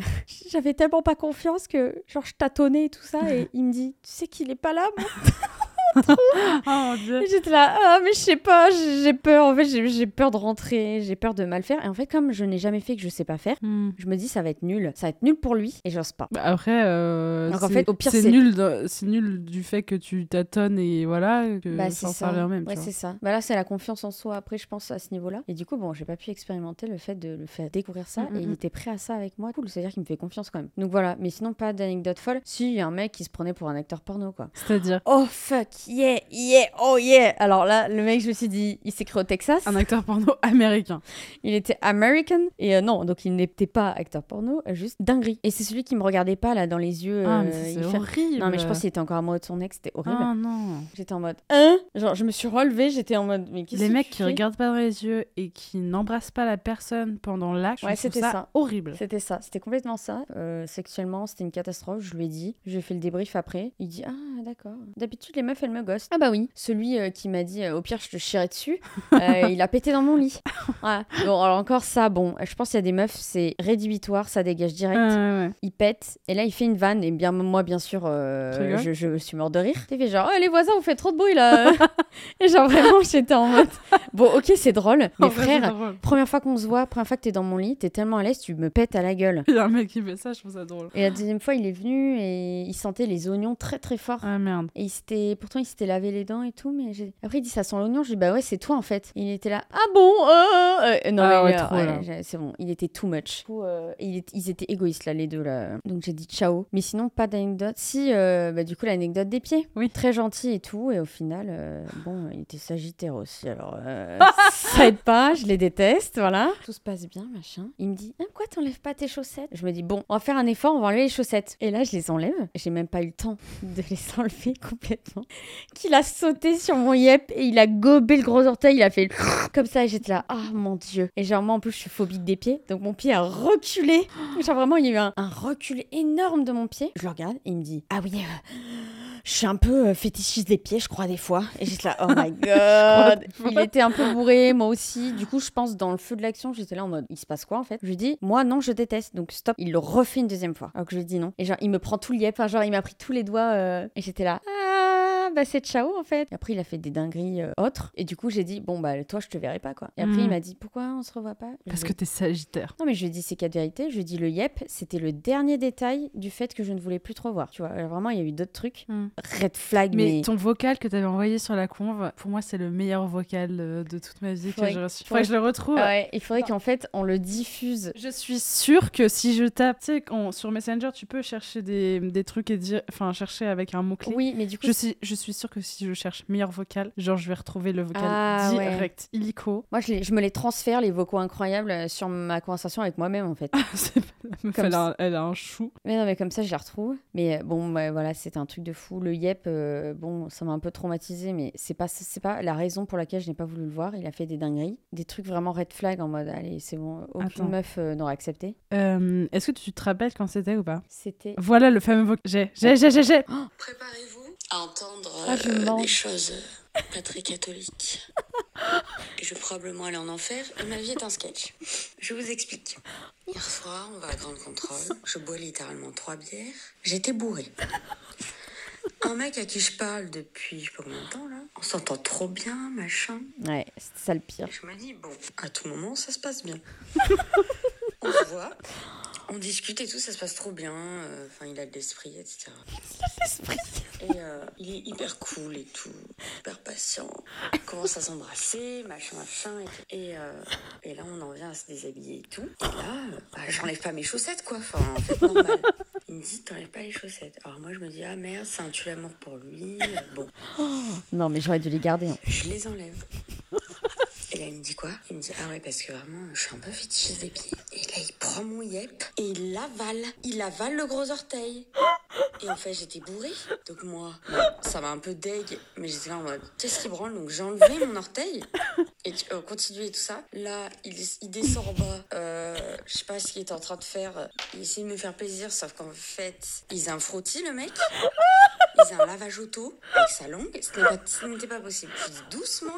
Speaker 2: j'avais tellement pas confiance que, genre, je tâtonnais et tout ça, [laughs] et il me dit Tu sais qu'il est pas là, moi
Speaker 1: Oh mon dieu.
Speaker 2: Et J'étais là, ah, mais je sais pas, j'ai j'ai peur. En fait, j'ai j'ai peur de rentrer, j'ai peur de mal faire. Et en fait, comme je n'ai jamais fait que je sais pas faire,
Speaker 1: Hmm.
Speaker 2: je me dis Ça va être nul. Ça va être nul pour lui, et j'ose pas.
Speaker 1: Bah, Après, euh,
Speaker 2: Donc, en
Speaker 1: c'est-
Speaker 2: fait, au pire,
Speaker 1: c'est
Speaker 2: c'est-
Speaker 1: nul, de- c'est nul du fait que tu tâtonnes et voilà, que
Speaker 2: Bah, c'est
Speaker 1: ça en
Speaker 2: ça.
Speaker 1: parle en même. tu
Speaker 2: Ouais,
Speaker 1: vois.
Speaker 2: c'est ça. Bah là, c'est la confiance en soi, après, je pense, à ce niveau-là. Et du coup, bon, j'ai pas pu expérimenter le fait de le faire découvrir ça.
Speaker 1: Mm,
Speaker 2: et
Speaker 1: mm,
Speaker 2: il
Speaker 1: mm.
Speaker 2: était prêt à ça avec moi. Cool, c'est-à-dire qu'il me fait confiance quand même. Donc voilà, mais sinon, pas d'anecdote folle. Si, il y a un mec qui se prenait pour un acteur porno, quoi.
Speaker 1: C'est-à-dire
Speaker 2: Oh fuck, yeah, yeah, oh yeah. Alors là, le mec, je me suis dit, il s'est créé au Texas.
Speaker 1: un acteur porno [laughs] américain.
Speaker 2: Il était American. Et euh, non, donc il n'était pas acteur porno, euh, juste dinguerie. Et c'est celui qui me regardait pas, là, dans les yeux.
Speaker 1: ah,
Speaker 2: euh,
Speaker 1: mais ça,
Speaker 2: il
Speaker 1: c'est
Speaker 2: fait-
Speaker 1: horrible.
Speaker 2: Non, mais je pense qu'il était encore amoureux de son ex, c'était horrible.
Speaker 1: Ah non.
Speaker 2: J'étais en mode, hein Genre, je me suis relevée, j'étais en mode, mais qu'est-ce
Speaker 1: Les
Speaker 2: que
Speaker 1: mecs
Speaker 2: tu
Speaker 1: qui
Speaker 2: fais
Speaker 1: regardent pas dans les yeux et qui n'embrassent pas la personne pendant l'acte,
Speaker 2: Ouais,
Speaker 1: je trouve
Speaker 2: c'était
Speaker 1: ça,
Speaker 2: ça.
Speaker 1: horrible.
Speaker 2: C'était ça, c'était complètement ça. Euh, sexuellement, c'était une catastrophe, je lui ai dit. J'ai fait le débrief après. Il dit Ah, d'accord. D'habitude, les meufs, elles me gossent. Ah, bah oui. Celui euh, qui m'a dit euh, Au pire, je te chierai dessus,
Speaker 1: [laughs]
Speaker 2: euh, il a pété dans mon lit. Voilà. Bon, alors encore ça, bon, je pense qu'il y a des meufs, c'est rédhibitoire, ça dégage direct.
Speaker 1: Ouais, ouais, ouais.
Speaker 2: Il pète, et là, il fait une vanne, et bien, moi, bien sûr, euh,
Speaker 1: Tu rigoles
Speaker 2: je, je suis mort de rire. T'es fait genre Oh, les voisins, vous faites trop de bruit là. [laughs] et genre, vraiment, j'étais en mode [laughs] Bon, ok, c'est drôle, mais
Speaker 1: En vrai, c'est
Speaker 2: frère.
Speaker 1: drôle.
Speaker 2: Première fois qu'on se voit, première fois que t'es dans mon lit, t'es tellement à l'aise, tu me pètes à la gueule.
Speaker 1: Il y a un mec qui fait ça, je trouve ça drôle.
Speaker 2: Et la deuxième fois, il est venu et il sentait les oignons très très fort.
Speaker 1: Ah merde.
Speaker 2: Et il s'était, pourtant, il s'était lavé les dents et tout, mais j'ai- après il dit ça sent l'oignon. Je dis bah ouais, c'est toi en fait. Et il était là, ah bon, euh, euh, euh, non
Speaker 1: Ah
Speaker 2: mais
Speaker 1: ouais,
Speaker 2: euh,
Speaker 1: trop,
Speaker 2: ouais,
Speaker 1: là.
Speaker 2: j'ai- c'est bon, il était too much. Du coup, euh, il est- ils étaient égoïstes là les deux là. Donc j'ai dit ciao. Mais sinon pas d'anecdote. Si, euh, bah du coup l'anecdote des pieds.
Speaker 1: Oui.
Speaker 2: Très gentil et tout, et au final, euh, bon, il était sagittaire aussi. Alors [laughs] euh, ça aide pas, je les déteste, voilà. Tout se passe bien, machin. Il me dit, ah, pourquoi t'enlèves pas tes chaussettes Je me dis bon, on va faire un effort, on va enlever les chaussettes. Et là je les enlève. J'ai même pas eu le temps de les enlever [laughs] complètement qu'il a sauté sur mon yep et il a gobé le gros orteil, il a fait [laughs] comme ça et j'étais là, ah mon dieu. Et genre moi en plus je suis phobique des pieds, donc mon pied a reculé. [laughs] Genre vraiment il y a eu un, un recul énorme de mon pied. Je le regarde et il me dit, ah oui, euh, je suis un peu euh, fétichiste des pieds je crois des fois. Et j'étais là, oh my
Speaker 1: [laughs]
Speaker 2: god. il était un peu bourré, moi aussi. Du coup je pense dans le feu de l'action, j'étais là en mode, il se passe quoi en fait Je lui dis, moi non je déteste, donc stop. Il le refait une deuxième fois. Alors que je lui dis non. Et genre il me prend tout le yep, Enfin, genre il m'a pris tous les doigts euh, et j'étais là, ah bah c'est ciao en fait. Et après il a fait des dingueries euh, autres et du coup j'ai dit bon bah toi je te verrai pas quoi. Et après
Speaker 1: Mhm.
Speaker 2: il m'a dit pourquoi on se revoit pas Je
Speaker 1: Parce
Speaker 2: lui
Speaker 1: que t'es sagittaire.
Speaker 2: non, mais je lui ai dit ces quatre vérités. Je lui ai dit le yep, c'était le dernier détail du fait que je ne voulais plus trop voir. Tu vois, Alors, vraiment, il y a eu d'autres trucs.
Speaker 1: Hmm.
Speaker 2: Red flag,
Speaker 1: Mais,
Speaker 2: mais.
Speaker 1: ton vocal que t'avais envoyé sur la conve, pour moi, c'est le meilleur vocal euh, de toute ma vie
Speaker 2: Faudrait-
Speaker 1: que j'ai reçu.
Speaker 2: faudrait-
Speaker 1: Faudrait que je le retrouve.
Speaker 2: Ah ouais, il faudrait qu'en fait, on le diffuse.
Speaker 1: Je suis sûre que si je tape, tu sais, qu'on- sur Messenger, tu peux chercher des, des trucs et dire, enfin, chercher avec un mot-clé.
Speaker 2: Oui, mais du coup.
Speaker 1: Je suis, je suis sûre que si je cherche meilleur vocal, genre, je vais retrouver le vocal
Speaker 2: Ah, ouais.
Speaker 1: direct, illico. [laughs]
Speaker 2: Moi, je, les- je me les transfère, les vocaux incroyables, euh, sur ma conversation avec moi-même, en fait.
Speaker 1: C'est pas la meuf,
Speaker 2: Comme
Speaker 1: elle, a
Speaker 2: ça.
Speaker 1: un, elle a un chou.
Speaker 2: Mais non, mais comme ça, je les retrouve. Mais euh, bon, ouais, voilà, c'était un truc de fou. Le yep, euh, bon, ça m'a un peu traumatisé, mais c'est pas, c'est pas la raison pour laquelle je n'ai pas voulu le voir. Il a fait des dingueries, des trucs vraiment red flag en mode, allez, c'est bon, aucune
Speaker 1: Attends.
Speaker 2: meuf euh, n'aura accepté.
Speaker 1: Euh, Est-ce que tu te rappelles quand c'était ou pas
Speaker 2: C'était.
Speaker 1: Voilà le fameux vocal. J'ai, j'ai, j'ai, j'ai, j'ai.
Speaker 3: Préparez-vous à entendre
Speaker 2: Ah, je
Speaker 3: euh,
Speaker 2: mens.
Speaker 3: des choses euh, pas très catholiques. Et je vais probablement aller en enfer et ma vie est un sketch. Je vous explique. Hier soir, on va à Grande Contrôle. Je bois littéralement trois bières. J'étais bourrée. Un mec à qui je parle depuis je sais pas combien de temps là, on s'entend trop bien, machin.
Speaker 2: Ouais, c'était ça le pire.
Speaker 3: [laughs] Je me dis, bon, à tout moment, ça se passe bien. on se voit, On discute et tout, ça se passe trop bien. euh, Enfin, il a de l'esprit, etc.
Speaker 2: L'esprit.
Speaker 3: Et euh, il est hyper cool et tout, hyper patient. On commence à s'embrasser, machin, machin. Et, tout. Et, euh, et là, on en vient à se déshabiller et tout. Et là, euh, bah, j'enlève pas mes chaussettes, quoi. Enfin, en fait, normal. Il me dit, t'enlèves pas les chaussettes. Alors moi, je me dis, ah merde, c'est un tue-l'amour pour lui. Bon,
Speaker 2: Non, mais j'aurais dû les garder. hein.
Speaker 3: je les enlève. [laughs] Et là, il me dit quoi Il me dit, ah ouais, parce que vraiment, je suis un peu fétichiste des pieds. Et là, il prend mon yep et il l'avale. Il avale le gros orteil. Et en fait, j'étais bourrée. Donc moi, bon, ça m'a un peu deg, mais j'étais là en mode, qu'est-ce qui branle Donc j'ai enlevé mon orteil et tu- euh, continuer tout ça. Là, il, il descend en bas. Euh, je sais pas ce qu'il était en train de faire. Il essayait de me faire plaisir, sauf qu'en fait, il a un frottis, le mec. Il faisait un lavage auto avec sa langue. Ce n'est pas- ce n'était pas, possible. Je dis doucement.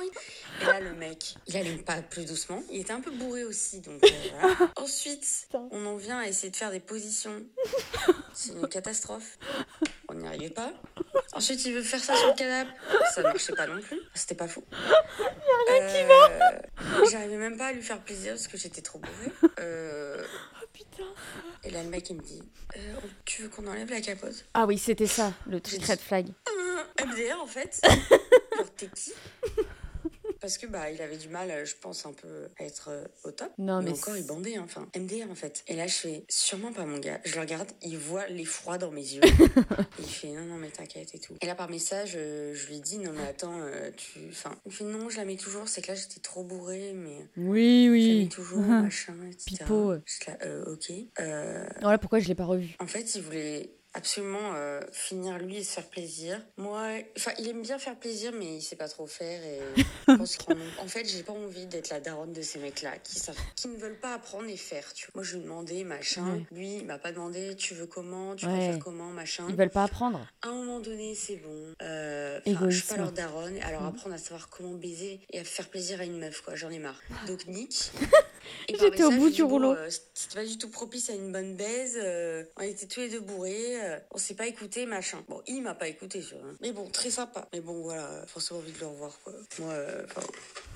Speaker 3: Et là, le mec, il allait pas plus doucement. Il était un peu bourré aussi. Donc, euh, [laughs] voilà. Ensuite, on en vient à essayer de faire des positions. C'est une catastrophe. On n'y arrivait pas. Ensuite, il veut faire ça sur le canapé. Ça ne marchait pas non plus. C'était pas fou. Il n'y a rien qui va. J'arrivais même pas à lui faire plaisir parce que j'étais trop bourrée. Euh,
Speaker 2: Oh putain.
Speaker 3: et là, le mec, il me dit Euh, Tu veux qu'on enlève la capote
Speaker 2: Ah oui, c'était ça, le truc red flag.
Speaker 3: un MDR en fait. Genre t'es qui Parce que bah il avait du mal, euh, je pense un peu à être euh, au top.
Speaker 2: Non, mais
Speaker 3: encore
Speaker 2: c'est-
Speaker 3: il bandait hein, enfin MDR en fait. Et là je fais sûrement pas mon gars. Je le regarde, il voit l'effroi dans mes
Speaker 2: [laughs]
Speaker 3: yeux. Et il fait non non mais t'inquiète et tout. Et là par message euh, je lui dis non mais attends euh, tu enfin il me fait non je la mets toujours c'est que là j'étais trop bourrée mais
Speaker 1: Oui,
Speaker 3: je la mets
Speaker 1: oui.
Speaker 2: [laughs]
Speaker 3: toujours machin etc.
Speaker 1: Pipo, ouais.
Speaker 3: Je suis là, Euh, ok. Euh,
Speaker 2: Voilà pourquoi je l'ai pas revu.
Speaker 3: en fait, il voulait absolument euh, finir lui et se faire plaisir. Moi, enfin, il aime bien faire plaisir, mais il sait pas trop faire.
Speaker 2: [laughs]
Speaker 3: Et je pense qu'en en fait, j'ai pas envie d'être la daronne de ces mecs-là qui savent, qui ne veulent pas apprendre et faire. Tu vois. Moi, je lui demandais machin.
Speaker 1: Ouais.
Speaker 3: Lui, il m'a pas demandé. Tu veux comment Tu
Speaker 2: Ouais.
Speaker 3: préfères comment Machin.
Speaker 2: Ils veulent pas apprendre.
Speaker 3: À un moment donné, c'est bon. Euh, enfin, je suis
Speaker 2: Égoïsme.
Speaker 3: pas leur daronne. Alors
Speaker 2: Mhm.
Speaker 3: apprendre à savoir comment baiser et à faire plaisir à une meuf, quoi. J'en ai marre. Donc Nick. Et par
Speaker 2: J'étais au
Speaker 3: message,
Speaker 2: bout
Speaker 3: je dis,
Speaker 2: du
Speaker 3: bon,
Speaker 2: rouleau.
Speaker 3: euh, C'était pas du tout propice à une bonne baise. euh, on était tous les deux bourrés. euh, on s'est pas écouté, machin. Bon, il m'a pas écouté, tu vois, hein. Mais bon, très sympa. Mais bon, voilà. euh, Forcément envie de le revoir, quoi. Moi, euh, enfin,
Speaker 2: [laughs]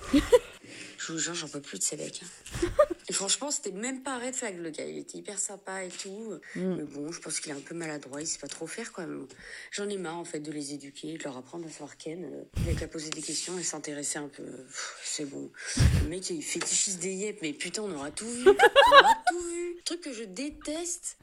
Speaker 3: je vous jure, j'en peux plus de ces mecs. hein. Et franchement, c'était même pas un red flag, le gars. Il était hyper sympa et tout.
Speaker 2: Mm.
Speaker 3: Mais bon, je pense qu'il est un peu maladroit. Il sait pas trop faire, quand même. J'en ai marre, en fait, de les éduquer, de leur apprendre à savoir ken. euh, Il a qu'à poser des questions et s'intéresser un peu. Pff, C'est bon. Le mec, il fétichise des yeux, mais putain, on aura tout vu. [laughs] On aura tout vu. Truc que je déteste.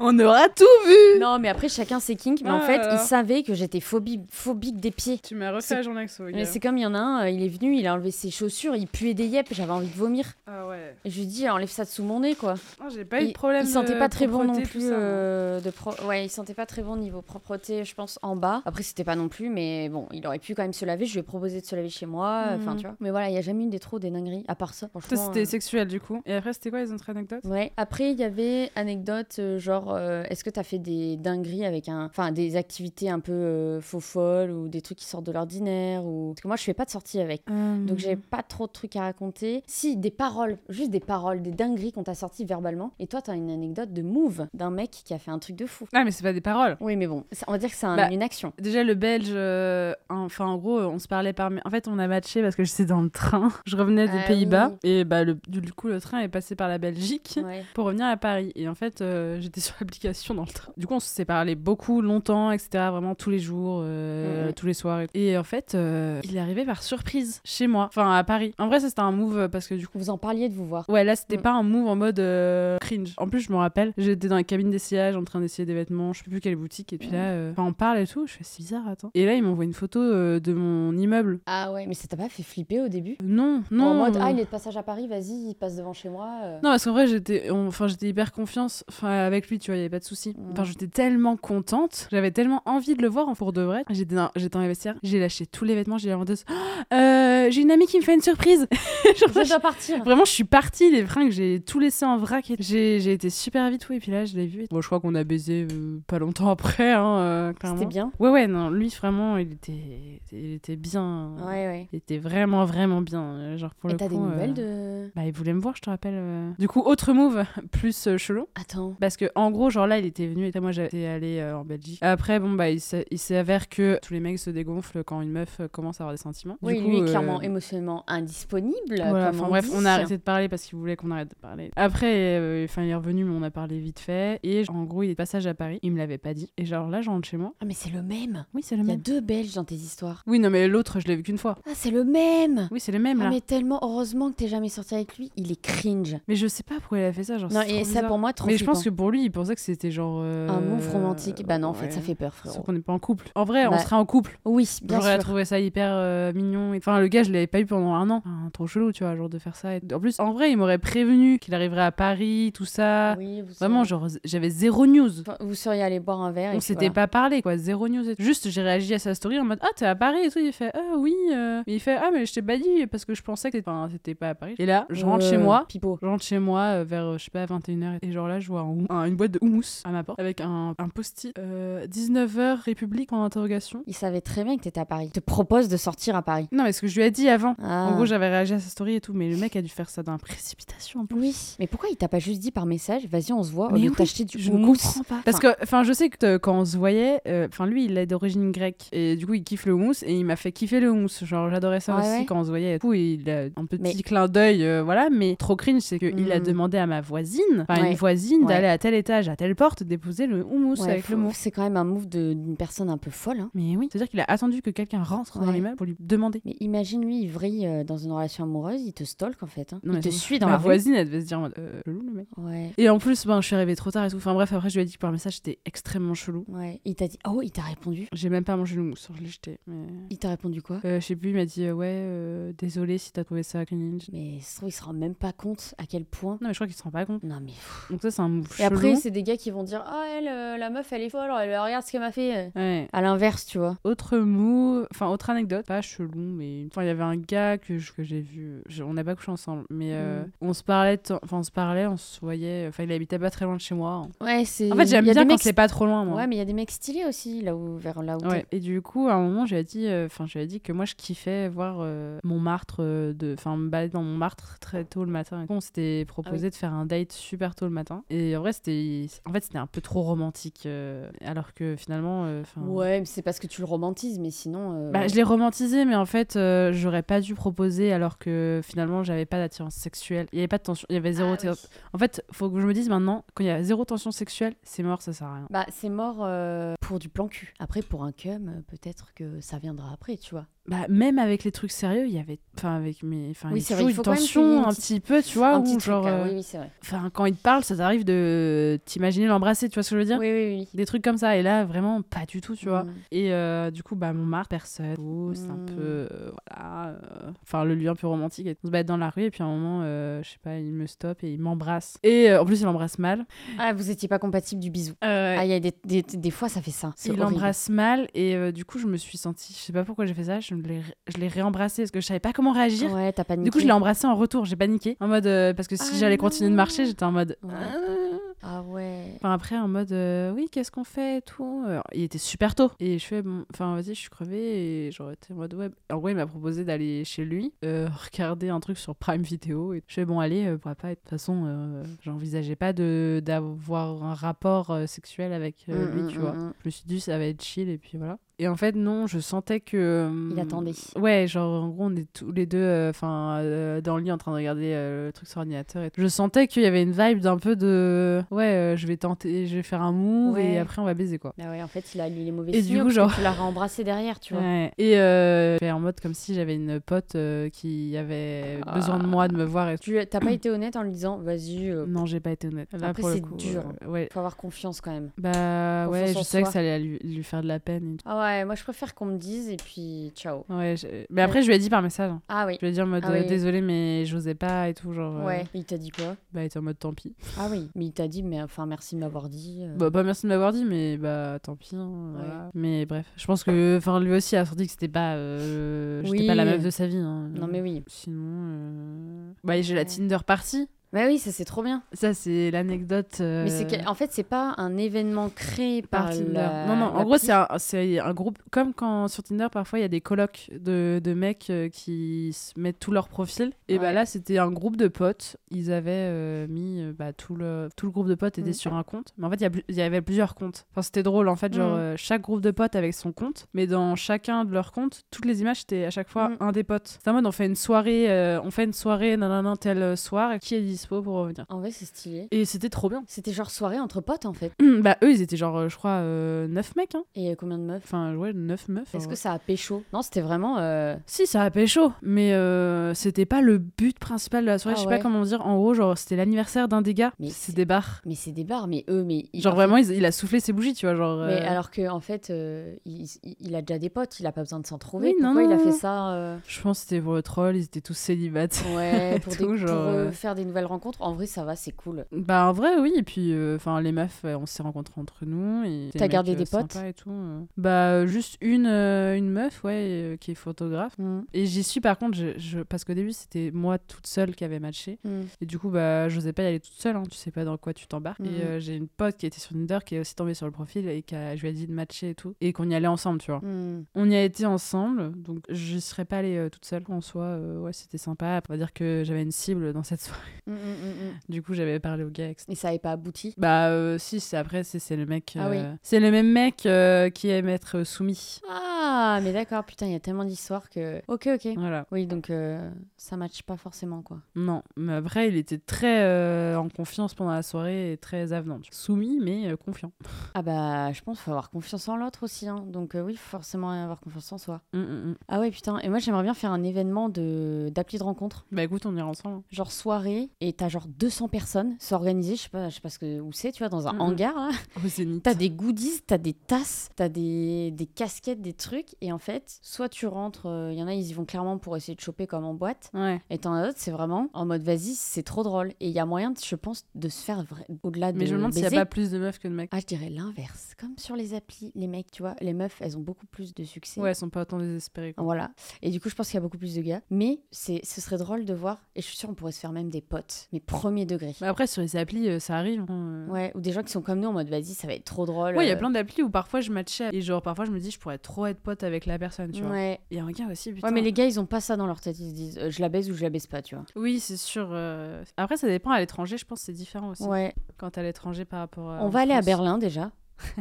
Speaker 1: On aura tout vu
Speaker 2: Non, mais après, chacun ses kinks. Mais en
Speaker 1: Ah,
Speaker 2: fait,
Speaker 1: alors.
Speaker 2: ils savaient que j'étais phobie- phobique des pieds.
Speaker 1: Tu m'as refait
Speaker 2: C'est-
Speaker 1: la journée avec ce
Speaker 2: Mais c'est comme il y en a un, euh, il est venu, il a enlevé ses chaussures, il puait des yep, j'avais envie de vomir.
Speaker 1: Ah ouais.
Speaker 2: Et je lui dis, enlève ça de sous mon nez, quoi.
Speaker 1: Non, Oh, j'ai pas eu
Speaker 2: il,
Speaker 1: de problème.
Speaker 2: il sentait
Speaker 1: de
Speaker 2: pas très bon non
Speaker 1: propreté, tout
Speaker 2: plus.
Speaker 1: ça, hein. moi.
Speaker 2: euh, de pro... Ouais, il sentait pas très bon niveau propreté, je pense, en bas. Après, c'était pas non plus, mais bon, il aurait pu quand même se laver. Je lui ai proposé de se laver chez moi. euh, Enfin,
Speaker 1: Mhm.
Speaker 2: tu vois. Mais voilà, il y a jamais eu des trop des dingueries, à part ça.
Speaker 1: Toi,
Speaker 2: Franchement,
Speaker 1: c'était
Speaker 2: euh,
Speaker 1: sexuel du coup. Et après, c'était quoi les autres anecdotes
Speaker 2: Ouais. Après, il y avait anecdote euh, genre euh, est-ce que t'as fait des dingueries avec un, enfin des activités un peu euh, faux folles ou des trucs qui sortent de l'ordinaire ou parce que moi je fais pas de sortie avec. Donc j'avais pas trop de trucs à raconter. Si des paroles, juste des paroles, des dingueries qu'on t'a sorties verbalement. Et toi t'as une anecdote de move d'un mec qui a fait un truc de fou.
Speaker 1: Ah, mais c'est pas des paroles.
Speaker 2: Oui mais bon, ça- on va dire que c'est un-
Speaker 1: Bah,
Speaker 2: une action.
Speaker 1: Déjà, le belge, euh, enfin, en gros, on se parlait par. En fait, on a matché parce que j'étais dans le train. [laughs] Je revenais des
Speaker 2: Ah
Speaker 1: Pays-Bas.
Speaker 2: oui.
Speaker 1: Et bah, le- du coup, le train est passé par la Belgique.
Speaker 2: [laughs] Ouais.
Speaker 1: pour revenir à Paris. Et en fait, euh, [laughs] j'étais sur l'application dans le train. Du coup, on s'est parlé beaucoup, longtemps, etc. Vraiment tous les jours, euh,
Speaker 2: Mhm.
Speaker 1: tous les soirs. Et en fait, euh, il est arrivé par surprise chez moi, enfin à Paris. En vrai, ça, c'était un move euh, parce que du coup.
Speaker 2: Vous en parliez de vous voir.
Speaker 1: Ouais, là, c'était
Speaker 2: Mhm.
Speaker 1: pas un move en mode euh, cringe. En plus, je me rappelle, j'étais dans la cabine d'essayage en train d'essayer des vêtements, je sais plus quelle boutique, et puis là, euh, enfin, on parle et tout. Je fais, c'est bizarre, attends. Et là, il m'envoie une photo euh, de mon immeuble.
Speaker 2: Ah ouais, mais ça t'a pas fait flipper au début
Speaker 1: Non, non.
Speaker 2: En mode ah il est de passage à Paris, vas-y il passe devant chez moi. euh.
Speaker 1: Non, parce qu'en vrai, j'étais on- enfin, j'étais hyper confiance enfin, avec lui, tu vois, il n'y avait pas de souci.
Speaker 2: Mm.
Speaker 1: Enfin, j'étais tellement contente, j'avais tellement envie de le voir en pour de vrai. J'étais dans, j'étais dans les vestiaires, j'ai lâché tous les vêtements, j'ai dit à la vendeuse, Oh, euh, j'ai une amie qui me fait une surprise. [laughs] Genre,
Speaker 2: Je
Speaker 1: je-
Speaker 2: dois partir.
Speaker 1: Vraiment, je suis partie, les fringues, j'ai tout laissé en vrac. et J'ai j'ai été super vite, oui, et puis là, je l'ai vu. Bon, je crois qu'on a baisé euh, pas longtemps après, hein, euh, clairement.
Speaker 2: C'était bien.
Speaker 1: Ouais, ouais, non, lui, vraiment, il était, il était bien.
Speaker 2: Ouais ouais.
Speaker 1: Il était vraiment, vraiment bien. euh, Genre, pour
Speaker 2: Et
Speaker 1: le
Speaker 2: t'as des
Speaker 1: coup, euh,
Speaker 2: nouvelles de.
Speaker 1: bah, il voulait me voir, je te rappelle. euh. Du coup, autre move, [laughs] plus euh, chelou.
Speaker 2: Attends.
Speaker 1: Parce que, en gros, genre là, il était venu et moi, j'étais allée euh, en Belgique. Après, bon, bah, il s'a- il s'avère que tous les mecs se dégonflent quand une meuf euh, commence à avoir des sentiments. Du
Speaker 2: oui,
Speaker 1: coup,
Speaker 2: lui,
Speaker 1: euh,
Speaker 2: clairement totalement émotionnellement indisponible.
Speaker 1: Voilà,
Speaker 2: comme
Speaker 1: enfin
Speaker 2: on
Speaker 1: bref,
Speaker 2: dit.
Speaker 1: on a arrêté de parler parce qu'il voulait qu'on arrête de parler. Après, euh, enfin, il est revenu, mais on a parlé vite fait. Et en gros, il est de passage à Paris. Il me l'avait pas dit. Et genre là, je rentre chez moi.
Speaker 2: Ah, mais c'est le même.
Speaker 1: Oui, c'est le
Speaker 2: Il y a
Speaker 1: même.
Speaker 2: deux Belges dans tes histoires.
Speaker 1: Oui, non, mais l'autre, je l'ai vu qu'une fois.
Speaker 2: Ah, c'est le même.
Speaker 1: Oui, c'est le même
Speaker 2: Ah,
Speaker 1: là. mais...
Speaker 2: mais tellement heureusement que t'es jamais sorti avec lui. Il est cringe.
Speaker 1: je sais pas pourquoi il a fait ça. Genre,
Speaker 2: non,
Speaker 1: c'est trop
Speaker 2: et ça
Speaker 1: bizarre.
Speaker 2: pour moi, trop
Speaker 1: Mais je pense que
Speaker 2: flippant.
Speaker 1: pour lui, il pensait que c'était genre. euh,
Speaker 2: Un move romantique. Bah non, en fait,
Speaker 1: ouais.
Speaker 2: ça fait peur,
Speaker 1: Sauf
Speaker 2: frérot.
Speaker 1: qu'on n'est pas en couple. En vrai, on
Speaker 2: Bah,
Speaker 1: serait en couple.
Speaker 2: Oui, bien
Speaker 1: J'aurais
Speaker 2: sûr.
Speaker 1: trouvé ça hyper euh, mignon. Et- Enfin, le gars, je l'avais pas eu pendant un an. Enfin, trop chelou, tu vois, genre de faire ça. Et... En plus, en vrai, il m'aurait prévenu qu'il arriverait à Paris, tout ça.
Speaker 2: Oui, vous
Speaker 1: Vraiment,
Speaker 2: seriez-
Speaker 1: genre, j'avais zéro news.
Speaker 2: Enfin, Vous seriez allé boire un verre. et
Speaker 1: On
Speaker 2: puis
Speaker 1: s'était
Speaker 2: voilà.
Speaker 1: pas parlé, quoi. Zéro news. Et tout. Juste, j'ai réagi à sa story en mode Ah, t'es à Paris et tout. Il fait Ah, oui. euh. Mais il fait Ah, mais je t'ai pas dit parce que je pensais que t'étais enfin, t'étais pas à Paris. Et là, je rentre chez
Speaker 2: Euh,
Speaker 1: moi.
Speaker 2: Pipo.
Speaker 1: Je rentre chez moi euh, vers, euh, je sais pas, 21h. Et genre là, je vois un hou- un- une boîte de houmous à ma porte avec un, un post-it. euh, 19h, République en interrogation.
Speaker 2: Il savait très bien que t'étais à Paris. Il te propose de sortir à Paris.
Speaker 1: Non, mais ce que je lui ai dit avant.
Speaker 2: Ah.
Speaker 1: En gros, j'avais réagi à sa story et tout, mais le mec a dû faire ça dans la précipitation. en plus.
Speaker 2: Oui. Mais pourquoi il t'a pas juste dit par message, vas-y, on se voit, au
Speaker 1: Mais
Speaker 2: lieu de
Speaker 1: oui,
Speaker 2: t'acheter du
Speaker 1: je ne
Speaker 2: houmous
Speaker 1: comprends pas. Parce que, enfin, je sais que euh, quand on se voyait, euh, enfin, lui, il est d'origine grecque et du coup, il kiffe le houmous et il m'a fait kiffer le houmous. Genre, j'adorais ça
Speaker 2: Ah
Speaker 1: aussi
Speaker 2: ouais
Speaker 1: quand on se voyait. Du coup, il a un petit
Speaker 2: Mais-
Speaker 1: clin d'œil, euh, voilà, mais trop cringe, c'est qu'il a
Speaker 2: Mm.
Speaker 1: demandé à ma voisine, enfin,
Speaker 2: Ouais.
Speaker 1: une voisine,
Speaker 2: Ouais.
Speaker 1: d'aller à tel étage, à telle porte, déposer le houmous
Speaker 2: Ouais,
Speaker 1: avec
Speaker 2: faut-
Speaker 1: le mot.
Speaker 2: C'est quand même un move de- d'une personne un peu folle. hein.
Speaker 1: Mais oui, c'est-à-dire qu'il a attendu que quelqu'un rentre dans
Speaker 2: Ouais.
Speaker 1: l'immeuble pour lui demander.
Speaker 2: Mais imagine lui, il vrille euh, dans une relation amoureuse, il te stalk en fait. hein.
Speaker 1: Non,
Speaker 2: il
Speaker 1: mais
Speaker 2: te
Speaker 1: c'est-
Speaker 2: suit dans
Speaker 1: ma
Speaker 2: la rue.
Speaker 1: voisine, elle devait se dire, en mode, euh, chelou, le mec.
Speaker 2: Ouais.
Speaker 1: Et en plus, ben, je suis arrivée trop tard et tout. Enfin bref, après, je lui ai dit que par message, c'était extrêmement chelou.
Speaker 2: Ouais. Il t'a dit, oh, il t'a répondu.
Speaker 1: J'ai même pas mangé le mousse, je l'ai jeté. Mais...
Speaker 2: Il t'a répondu quoi
Speaker 1: Euh, je sais plus, il m'a dit euh, ouais, euh, désolé si t'as trouvé ça cringe.
Speaker 2: Mais ça se trouve, il se rend même pas compte à quel point.
Speaker 1: Non, mais je crois qu'il se rend pas compte.
Speaker 2: Non, mais. pff.
Speaker 1: Donc ça, c'est un move
Speaker 2: Et après,
Speaker 1: chelou.
Speaker 2: c'est des gars qui vont dire, oh, elle, euh, la meuf, elle est folle, elle, regarde ce qu'elle m'a fait. euh.
Speaker 1: Ouais.
Speaker 2: À l'inverse, tu vois.
Speaker 1: Autre move, enfin autre anecdote, pas chelou, mais enfin il y avait un gars que je- que j'ai vu, je- on n'a pas couché ensemble, mais euh,
Speaker 2: Mm.
Speaker 1: on se parlait, de temps- enfin on se parlait, on se voyait, enfin il habitait pas très loin de chez moi.
Speaker 2: Ouais, c'est.
Speaker 1: En fait j'aime
Speaker 2: il y a
Speaker 1: bien
Speaker 2: des
Speaker 1: quand
Speaker 2: mecs-
Speaker 1: c'est pas trop loin moi.
Speaker 2: Ouais, mais il y a des mecs stylés aussi, là où, vers là où t'es.
Speaker 1: Ouais. Et du coup, à un moment, j'avais dit, euh, enfin, j'avais dit que moi, je kiffais voir euh, Montmartre, euh, de, enfin, me balader dans Montmartre très tôt le matin. Et du coup, on s'était
Speaker 2: Ah
Speaker 1: proposé de faire un date super tôt le matin. Et en vrai, c'était, en fait, c'était un peu trop romantique, euh, alors que finalement, euh, enfin.
Speaker 2: Ouais, mais c'est parce que tu le romantises, mais sinon. euh,
Speaker 1: Bah, je l'ai romantisé, mais en fait, euh, j'aurais pas dû proposer alors que finalement, j'avais pas d'attirance sexuelle. Il y avait pas de tension, il y avait zéro.
Speaker 2: Ah oui.
Speaker 1: tension- En fait, faut que je me dise maintenant, quand il y a zéro tension sexuelle, c'est mort, ça sert à rien.
Speaker 2: Bah, c'est mort euh, pour du plan cul. Après, pour un cum, euh, peut-être que ça viendra après, tu vois.
Speaker 1: bah, même avec les trucs sérieux, il y avait enfin avec mes enfin
Speaker 2: Oui,
Speaker 1: il y a
Speaker 2: c'est vrai,
Speaker 1: toujours
Speaker 2: il faut
Speaker 1: une
Speaker 2: quand même qu'il y ait
Speaker 1: tension
Speaker 2: une
Speaker 1: un
Speaker 2: petite-
Speaker 1: petit peu, tu vois,
Speaker 2: un
Speaker 1: où
Speaker 2: petit
Speaker 1: genre
Speaker 2: truc, hein.
Speaker 1: euh,
Speaker 2: Oui, oui, c'est vrai.
Speaker 1: enfin quand il te parle, ça t'arrive de t'imaginer l'embrasser, tu vois ce que je veux dire
Speaker 2: Oui, oui, oui.
Speaker 1: Des trucs comme ça et là vraiment pas du tout, tu vois.
Speaker 2: Mm.
Speaker 1: Et euh, du coup bah Montmartre, personne, tout, c'est un
Speaker 2: Mm.
Speaker 1: peu euh, voilà euh, enfin le lieu un peu romantique et on se bat dans la rue et puis à un moment euh, je sais pas, il me stoppe et il m'embrasse. Et euh, en plus il embrasse mal.
Speaker 2: Ah, vous étiez pas compatible du bisou.
Speaker 1: Euh,
Speaker 2: Ah, il y a des, des, des fois, ça fait ça. C'est
Speaker 1: il
Speaker 2: horrible.
Speaker 1: l'embrasse mal et euh, du coup je me suis sentie, je sais pas pourquoi j'ai fait ça, je l'ai je l'ai réembrassé parce que je savais pas comment réagir.
Speaker 2: Ouais, t'as paniqué.
Speaker 1: Du coup, je l'ai embrassé en retour, j'ai paniqué. En mode, euh, parce que si
Speaker 2: Ah
Speaker 1: j'allais continuer de
Speaker 2: non.
Speaker 1: marcher, j'étais en mode.
Speaker 2: Ouais.
Speaker 1: euh.
Speaker 2: Ah ouais.
Speaker 1: Enfin, après, en mode, euh, oui, qu'est-ce qu'on fait et tout. Alors, il était super tôt. Et je fais, bon, enfin, vas-y, je suis crevée. Et j'aurais été en mode, ouais. En gros, il m'a proposé d'aller chez lui, euh, [laughs] regarder un truc sur Prime Video. Et je fais, bon, allez, euh, pourquoi pas. Et De toute façon, euh, j'envisageais pas de- d'avoir un rapport euh, sexuel avec euh,
Speaker 2: Mm,
Speaker 1: lui,
Speaker 2: mm,
Speaker 1: tu
Speaker 2: mm,
Speaker 1: vois.
Speaker 2: mm.
Speaker 1: Je me suis dit, ça va être chill, et puis voilà. Et en fait, non, je sentais que. euh,
Speaker 2: Il attendait.
Speaker 1: Ouais, genre en gros, on est tous les deux euh, enfin dans le lit en train de regarder euh, le truc sur ordinateur. Et tout. Je sentais qu'il y avait une vibe d'un peu de ouais, euh, je vais tenter, je vais faire un move
Speaker 2: Ouais.
Speaker 1: et après on va baiser quoi.
Speaker 2: Ah ouais, en fait, il a lu les mauvais
Speaker 1: Et du
Speaker 2: signaux.
Speaker 1: coup,
Speaker 2: parce que
Speaker 1: genre-
Speaker 2: Tu l'as rembrassé derrière, tu vois.
Speaker 1: Ouais. Et euh, j'étais en mode comme si j'avais une pote euh, qui avait
Speaker 2: Ah.
Speaker 1: besoin de moi, de me voir et tout.
Speaker 2: Tu T'as pas été honnête en lui disant, vas-y, euh,
Speaker 1: Non, j'ai pas été honnête. Là,
Speaker 2: Après,
Speaker 1: pour le
Speaker 2: c'est
Speaker 1: coup,
Speaker 2: dur.
Speaker 1: euh, ouais.
Speaker 2: faut avoir confiance quand même.
Speaker 1: Bah
Speaker 2: Confiance
Speaker 1: ouais,
Speaker 2: en
Speaker 1: je savais que
Speaker 2: soi.
Speaker 1: ça allait lui, lui faire de la peine et tout.
Speaker 2: Ah ouais, moi je préfère qu'on me dise et puis ciao.
Speaker 1: Ouais, je- mais après je lui ai dit par message. hein.
Speaker 2: Ah oui.
Speaker 1: Je lui ai dit en mode
Speaker 2: Ah
Speaker 1: euh,
Speaker 2: oui.
Speaker 1: désolé mais j'osais pas et tout genre. euh,
Speaker 2: Ouais. Il t'a dit quoi
Speaker 1: Bah elle était en mode tant pis.
Speaker 2: Ah oui. Mais il t'a dit, mais enfin, merci de m'avoir dit. euh.
Speaker 1: Bah, bah, merci de m'avoir dit, mais bah tant pis. hein, voilà. Mais bref, je pense que enfin lui aussi a senti que c'était pas, euh, j'étais
Speaker 2: Oui.
Speaker 1: pas la meuf de sa vie. hein.
Speaker 2: Non mais oui.
Speaker 1: Sinon, euh, bah j'ai la Tinder party.
Speaker 2: Bah oui, ça c'est trop bien.
Speaker 1: Ça, c'est l'anecdote. euh,
Speaker 2: Mais c'est que- en fait, c'est pas un événement créé par,
Speaker 1: par Tinder.
Speaker 2: la-
Speaker 1: Ah, Non, non,
Speaker 2: la
Speaker 1: en gros,
Speaker 2: pif.
Speaker 1: c'est un, c'est un groupe. Comme quand sur Tinder, parfois, il y a des colloques de, de mecs euh, qui se mettent tout leur profil. Et bah
Speaker 2: Ouais.
Speaker 1: là, c'était un groupe de potes. Ils avaient euh, mis. euh, bah, tout, le, tout le groupe de potes était
Speaker 2: Mhm.
Speaker 1: sur un compte. Mais en fait, il y a plu- il y, avait plusieurs comptes. Enfin, c'était drôle, en fait. Genre,
Speaker 2: Mhm.
Speaker 1: euh, chaque groupe de potes avec son compte. Mais dans chacun de leurs comptes, toutes les images, c'était à chaque fois
Speaker 2: Mhm.
Speaker 1: un des potes. C'est en mode, on fait une soirée, euh, on fait une soirée, nanana, tel euh, soir. Qui est dispo pour revenir
Speaker 2: En vrai, c'est stylé.
Speaker 1: Et c'était trop bien. [clears throat]
Speaker 2: C'était genre soirée entre potes en fait.
Speaker 1: bah, eux, ils étaient genre, euh, je crois, 9 mecs, hein.
Speaker 2: Et euh, combien de meufs
Speaker 1: Enfin, ouais, 9 meufs.
Speaker 2: Est-ce que
Speaker 1: en vrai.
Speaker 2: ça a pécho Non, c'était vraiment. euh,
Speaker 1: Si, ça a pécho, mais euh, c'était pas le but principal de la soirée.
Speaker 2: Ah
Speaker 1: je sais
Speaker 2: ouais.
Speaker 1: pas comment dire. En gros, genre, c'était l'anniversaire d'un des gars.
Speaker 2: Mais c'est-
Speaker 1: C'est des bars.
Speaker 2: Mais c'est des bars, mais eux, mais. ils-
Speaker 1: Genre,
Speaker 2: en fait,
Speaker 1: vraiment, il, il a soufflé ses bougies, tu vois. Genre,
Speaker 2: Mais
Speaker 1: euh,
Speaker 2: alors que en fait, euh, il, il- il a déjà des potes, il a pas besoin de s'en trouver.
Speaker 1: Oui, non,
Speaker 2: Pourquoi il a
Speaker 1: non,
Speaker 2: fait
Speaker 1: non.
Speaker 2: ça
Speaker 1: [laughs]
Speaker 2: euh,
Speaker 1: Je pense que c'était pour le troll, ils étaient tous célibataires.
Speaker 2: Ouais, pour, des-
Speaker 1: Tout,
Speaker 2: pour,
Speaker 1: genre,
Speaker 2: euh,
Speaker 1: euh.
Speaker 2: faire des nouvelles rencontres. En vrai, ça va, c'est cool.
Speaker 1: Bah, en vrai, oui. Et puis, euh, enfin, les meufs, euh, on s'est rencontrés entre nous. et
Speaker 2: T'as
Speaker 1: les mecs,
Speaker 2: gardé
Speaker 1: euh,
Speaker 2: des potes
Speaker 1: sympas et tout, euh. Bah, euh, juste une, euh, une meuf, ouais, euh, qui est photographe.
Speaker 2: Mm,
Speaker 1: Et j'y suis, par contre, je- je- parce qu'au début, c'était moi toute seule qui avait matché.
Speaker 2: mm.
Speaker 1: Et du coup, bah, j'osais pas y aller toute seule, hein, tu sais pas dans quoi tu t'embarques.
Speaker 2: Mhm.
Speaker 1: Et euh, j'ai une pote qui était sur Tinder qui est aussi tombée sur le profil et qui a, je lui ai dit de matcher et tout. Et qu'on y allait ensemble, tu vois.
Speaker 2: Hmm.
Speaker 1: On y a été ensemble, donc je serais pas allée euh, toute seule. En soi, euh, ouais, c'était sympa. On va dire que j'avais une cible dans cette [laughs] soirée.
Speaker 2: Mm, mm, mm, mm.
Speaker 1: Du coup, j'avais parlé au gars, etc.
Speaker 2: Et ça n'avait pas abouti.
Speaker 1: Bah, euh, si, c'est après, c'est c'est le mec.
Speaker 2: Ah oui.
Speaker 1: euh, C'est le même mec euh, qui aime être euh, soumis.
Speaker 2: Ah, mais d'accord, putain, il y a tellement d'histoires que. Ok, ok.
Speaker 1: Voilà.
Speaker 2: Oui, donc euh, ça matche pas forcément, quoi.
Speaker 1: Non, mais après, il était très euh, en confiance pendant la soirée et très avenant. tu vois. Soumis, mais euh, confiant.
Speaker 2: Ah bah, je pense qu'il faut avoir confiance en l'autre aussi. hein. Donc euh, oui, faut forcément avoir confiance en soi.
Speaker 1: Mm, mm, mm.
Speaker 2: Ah ouais, putain. Et moi, j'aimerais bien faire un événement de d'appli de rencontre.
Speaker 1: Bah, écoute, on ira ensemble.
Speaker 2: Genre soirée, et t'as genre 200 personnes. C'est organisé, je sais pas, je sais pas ce que, où c'est, tu vois, dans un
Speaker 1: Mhm.
Speaker 2: hangar, là. [laughs]
Speaker 1: Au zénith.
Speaker 2: T'as des goodies, t'as des tasses, t'as des, des casquettes, des trucs. Et en fait, soit tu rentres, il y en a, ils y vont clairement pour essayer de choper comme en boîte.
Speaker 1: Ouais.
Speaker 2: Et t'en as d'autres, c'est vraiment en mode vas-y, c'est trop drôle. Et il y a moyen, je pense, de se faire vra- au-delà de.
Speaker 1: Mais je me demande s'il n'y a
Speaker 2: baiser.
Speaker 1: pas plus de meufs que de mecs.
Speaker 2: Ah, je dirais l'inverse. Comme sur les applis, les mecs, tu vois, les meufs, elles ont beaucoup plus de succès.
Speaker 1: Ouais, elles sont pas autant désespérées. quoi.
Speaker 2: Voilà. Et du coup, je pense qu'il y a beaucoup plus de gars. Mais c'est, ce serait drôle de voir. Et je suis sûre, on pourrait se faire même des potes. Mais premier degré.
Speaker 1: Mais après, sur les applis, euh, ça arrive. hein, euh. Ouais,
Speaker 2: Ouais, ou des gens qui sont comme nous en mode vas-y, ça va être trop drôle.
Speaker 1: il y a
Speaker 2: euh.
Speaker 1: plein d'applis où parfois je matchais et genre parfois je me dis je pourrais trop être pote avec la personne, tu vois.
Speaker 2: Ouais.
Speaker 1: Et un gars aussi, putain.
Speaker 2: Ouais, mais les gars, ils ont pas ça dans leur tête. Ils se disent euh, je la baise ou je la baise pas, tu vois.
Speaker 1: Oui, c'est sûr. euh, Après, ça dépend à l'étranger, je pense que c'est différent aussi.
Speaker 2: Ouais.
Speaker 1: Quand t'es à l'étranger par rapport à.
Speaker 2: on
Speaker 1: en
Speaker 2: va aller à
Speaker 1: France.
Speaker 2: Berlin déjà.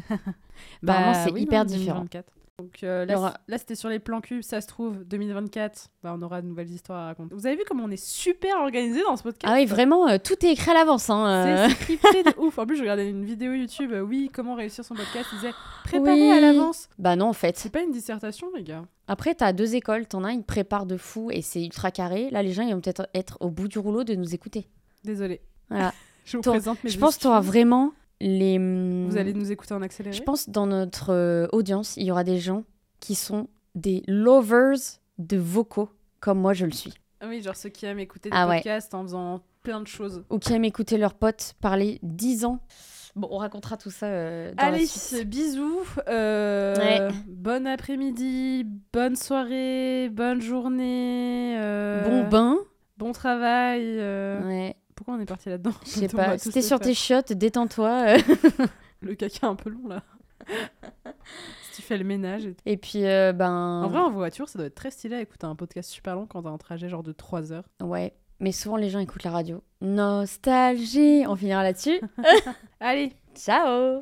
Speaker 1: Bah,
Speaker 2: Apparemment, c'est
Speaker 1: oui,
Speaker 2: hyper
Speaker 1: non,
Speaker 2: différent.
Speaker 1: 2024. Donc euh, là,
Speaker 2: Il y aura-
Speaker 1: c'est- là, c'était sur les plans cul, ça se trouve, 2024, bah, on aura de nouvelles histoires à raconter. Vous avez vu comment on est super organisé dans ce podcast
Speaker 2: Ah oui, vraiment, euh, tout est écrit à l'avance. Hein, euh.
Speaker 1: C'est c'est crypté de ouf. En plus, je regardais une vidéo YouTube. euh, oui, comment réussir son podcast. Ils disaient préparer
Speaker 2: Oui.
Speaker 1: à l'avance.
Speaker 2: Bah non, en fait.
Speaker 1: C'est pas une dissertation, les gars.
Speaker 2: Après, t'as deux écoles. T'en as, ils préparent de fou et c'est ultra carré. Là, les gens, ils vont peut-être être au bout du rouleau de nous écouter.
Speaker 1: Désolée.
Speaker 2: Voilà.
Speaker 1: [laughs] Je vous
Speaker 2: T'auras-
Speaker 1: présente mes
Speaker 2: Je pense que t'auras
Speaker 1: excuses.
Speaker 2: vraiment les. hmm,
Speaker 1: Vous allez nous écouter en accéléré.
Speaker 2: Je pense que dans notre euh, audience, il y aura des gens qui sont des lovers de vocaux, comme moi je le suis.
Speaker 1: Ah Oui, genre ceux qui aiment écouter des
Speaker 2: Ah ouais.
Speaker 1: podcasts en faisant plein de choses.
Speaker 2: Ou qui aiment écouter leurs potes parler 10 ans. Bon, on racontera tout ça euh, dans
Speaker 1: allez,
Speaker 2: la suite.
Speaker 1: bisous. euh,
Speaker 2: Ouais.
Speaker 1: Bon après-midi, bonne soirée, bonne journée. euh,
Speaker 2: Bon bain.
Speaker 1: Bon travail. euh.
Speaker 2: Ouais,
Speaker 1: Pourquoi on est parti là-dedans
Speaker 2: je
Speaker 1: [laughs]
Speaker 2: sais
Speaker 1: On va
Speaker 2: pas.
Speaker 1: tous
Speaker 2: Si t'es
Speaker 1: le
Speaker 2: sur
Speaker 1: faire.
Speaker 2: tes chiottes, détends-toi. [laughs] euh.
Speaker 1: Le caca un peu long là. [laughs] si tu fais le ménage et
Speaker 2: Et puis, euh, ben.
Speaker 1: En vrai, en voiture, ça doit être très stylé à écouter un podcast super long quand t'as un trajet genre de 3 heures.
Speaker 2: Ouais. Mais souvent, les gens écoutent la radio. Nostalgie. On finira là-dessus.
Speaker 1: Allez,
Speaker 2: Ciao